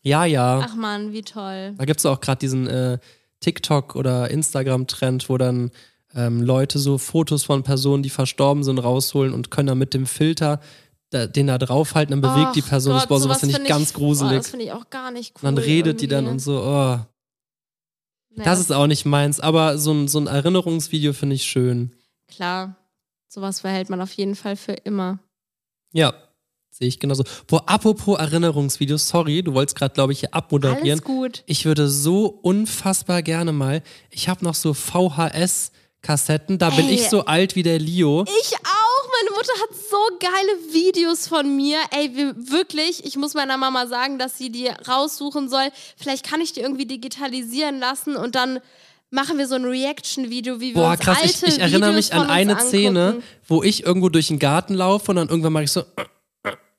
Speaker 2: Ja, ja.
Speaker 1: Ach man, wie toll.
Speaker 2: Da gibt es auch gerade diesen äh, TikTok- oder Instagram-Trend, wo dann ähm, Leute so Fotos von Personen, die verstorben sind, rausholen und können dann mit dem Filter da, den da draufhalten, dann bewegt
Speaker 1: Ach
Speaker 2: die Person das.
Speaker 1: Gott,
Speaker 2: Boah, sowas
Speaker 1: sowas
Speaker 2: finde ich ganz
Speaker 1: Boah,
Speaker 2: gruselig.
Speaker 1: das finde ich auch gar nicht cool.
Speaker 2: und dann redet die dann
Speaker 1: irgendwie.
Speaker 2: und so, oh,
Speaker 1: Naja,
Speaker 2: das ist auch nicht meins. Aber so ein, so ein Erinnerungsvideo finde ich schön.
Speaker 1: Klar, sowas verhält man auf jeden Fall für immer.
Speaker 2: Ja, sehe ich genauso. Boah, apropos Erinnerungsvideos, sorry, du wolltest gerade, glaube ich, hier abmoderieren.
Speaker 1: Alles gut.
Speaker 2: Ich würde so unfassbar gerne mal. Ich habe noch so VHS-Kassetten. Da bin
Speaker 1: Ey.
Speaker 2: ich so alt wie der Leo.
Speaker 1: Ich auch. Meine Mutter hat so geile Videos von mir. Ey, wir, wirklich. Ich muss meiner Mama sagen, dass sie die raussuchen soll. Vielleicht kann ich die irgendwie digitalisieren lassen und dann machen wir so ein Reaction-Video, wie wir
Speaker 2: Boah,
Speaker 1: uns
Speaker 2: krass.
Speaker 1: alte
Speaker 2: Ich, ich erinnere
Speaker 1: Videos
Speaker 2: mich an
Speaker 1: von uns
Speaker 2: eine
Speaker 1: angucken.
Speaker 2: Szene, wo ich irgendwo durch den Garten laufe und dann irgendwann mache ich so.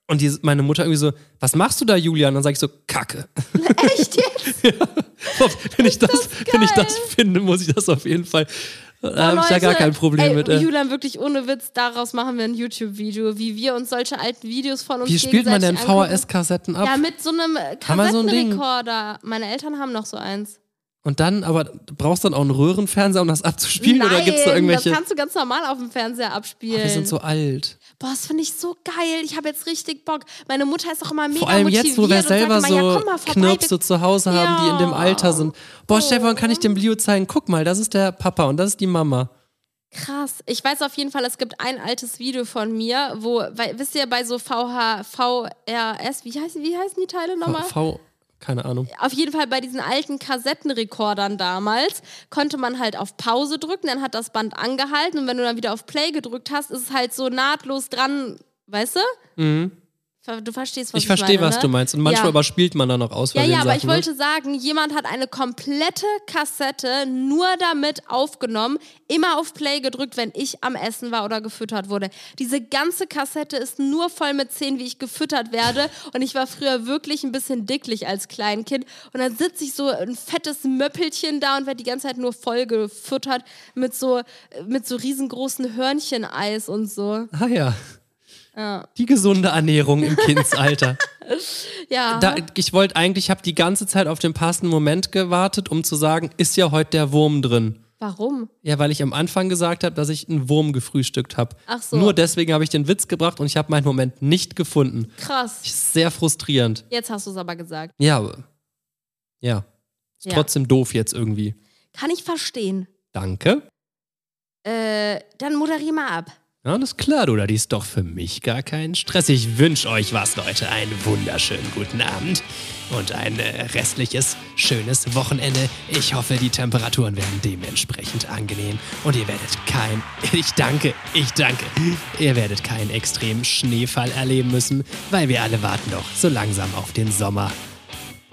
Speaker 2: Und die, meine Mutter irgendwie so, was machst du da, Julian? Und dann sage ich so, Kacke.
Speaker 1: Echt jetzt?
Speaker 2: wenn, ich das, wenn ich das finde, muss ich das auf jeden Fall. Da habe ich ja
Speaker 1: Oh, Leute,
Speaker 2: gar kein Problem
Speaker 1: ey,
Speaker 2: mit. Äh.
Speaker 1: Julian, wirklich ohne Witz, daraus machen wir ein YouTube-Video, wie wir uns solche alten Videos von uns
Speaker 2: Wie spielt man denn
Speaker 1: gegenseitig angucken.
Speaker 2: VHS-Kassetten ab?
Speaker 1: Ja, mit so einem äh,
Speaker 2: Haben wir so ein Ding?
Speaker 1: Kassettenrekorder. Meine Eltern haben noch so eins.
Speaker 2: und dann, aber du brauchst dann auch einen Röhrenfernseher, um das abzuspielen?
Speaker 1: Nein,
Speaker 2: oder gibt es da irgendwelche?
Speaker 1: das kannst du ganz normal auf dem Fernseher abspielen.
Speaker 2: wir sind so alt.
Speaker 1: Boah, das finde ich so geil. Ich habe jetzt richtig Bock. Meine Mutter ist auch immer mega
Speaker 2: Vor allem
Speaker 1: motiviert
Speaker 2: jetzt, wo wir
Speaker 1: und sagt
Speaker 2: selber
Speaker 1: immer,
Speaker 2: so
Speaker 1: ja, komm mal vorbei,
Speaker 2: Knirpse
Speaker 1: wir-
Speaker 2: zu Hause haben, die in dem
Speaker 1: Ja. Oh,
Speaker 2: Alter sind. Boah, Stefan, kann ich dem Leo zeigen? Guck mal, das ist der Papa und das ist die Mama.
Speaker 1: Krass. Ich weiß auf jeden Fall, es gibt ein altes Video von mir, wo, weil, wisst ihr, bei so VH, VRS, wie, heißt, wie heißen die Teile nochmal?
Speaker 2: V, keine Ahnung.
Speaker 1: auf jeden Fall bei diesen alten Kassettenrekordern damals konnte man halt auf Pause drücken, dann hat das Band angehalten und wenn du dann wieder auf Play gedrückt hast, ist es halt so nahtlos dran, weißt du? Ver- Du verstehst, was
Speaker 2: Mhm. Ich
Speaker 1: ich, meine,
Speaker 2: verstehe, was
Speaker 1: ne?
Speaker 2: du meinst. Und manchmal
Speaker 1: Ja.
Speaker 2: überspielt man dann auch aus.
Speaker 1: Ja,
Speaker 2: Versehen
Speaker 1: ja, aber
Speaker 2: Sachen, ne?
Speaker 1: ich wollte sagen, jemand hat eine komplette Kassette nur damit aufgenommen, immer auf Play gedrückt, wenn ich am Essen war oder gefüttert wurde. Diese ganze Kassette ist nur voll mit Szenen, wie ich gefüttert werde. Und ich war früher wirklich ein bisschen dicklich als Kleinkind. Und dann sitze ich so ein fettes Möppelchen da und werde die ganze Zeit nur voll gefüttert mit so, mit so riesengroßen Hörnchen-Eis und so.
Speaker 2: Ne? Ah ja. Die gesunde Ernährung im Kindsalter.
Speaker 1: Ja.
Speaker 2: da, ich wollte eigentlich, ich habe die ganze Zeit auf den passenden Moment gewartet, um zu sagen, ist ja heute der Wurm drin.
Speaker 1: Warum?
Speaker 2: Ja, weil ich am Anfang gesagt habe, dass ich einen Wurm gefrühstückt habe.
Speaker 1: Ach so.
Speaker 2: Nur deswegen habe ich den Witz gebracht und ich habe meinen Moment nicht gefunden.
Speaker 1: Krass.
Speaker 2: Ist Sehr frustrierend.
Speaker 1: Jetzt hast du es aber gesagt.
Speaker 2: Ja. aber- Ja. Ist
Speaker 1: Ja.
Speaker 2: trotzdem doof jetzt irgendwie.
Speaker 1: Kann ich verstehen.
Speaker 2: Danke.
Speaker 1: Äh, dann moderier mal ab.
Speaker 2: Ja, alles klar, du, das ist doch für mich gar kein Stress. Ich wünsche euch was, Leute. Einen wunderschönen guten Abend und ein äh, restliches, schönes Wochenende. Ich hoffe, die Temperaturen werden dementsprechend angenehm und ihr werdet kein, ich danke, ich danke, ihr werdet keinen extremen Schneefall erleben müssen, weil wir alle warten doch so langsam auf den Sommer.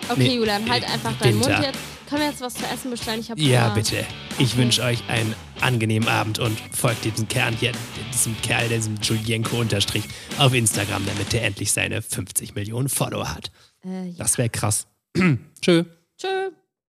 Speaker 1: Okay,
Speaker 2: Nee,
Speaker 1: Julian, halt
Speaker 2: äh,
Speaker 1: einfach deinen
Speaker 2: Winter.
Speaker 1: Mund jetzt. Können wir jetzt was zu essen bestellen? Ich hab
Speaker 2: Ja,
Speaker 1: Hunger.
Speaker 2: bitte. Ich wünsche euch einen angenehmen Abend und folgt diesem Kerl hier, diesem Kerl, diesem Julienko-Unterstrich auf Instagram, damit er endlich seine 50 Millionen Follower hat.
Speaker 1: Äh, ja.
Speaker 2: Das wäre krass. Tschö.
Speaker 1: Tschö.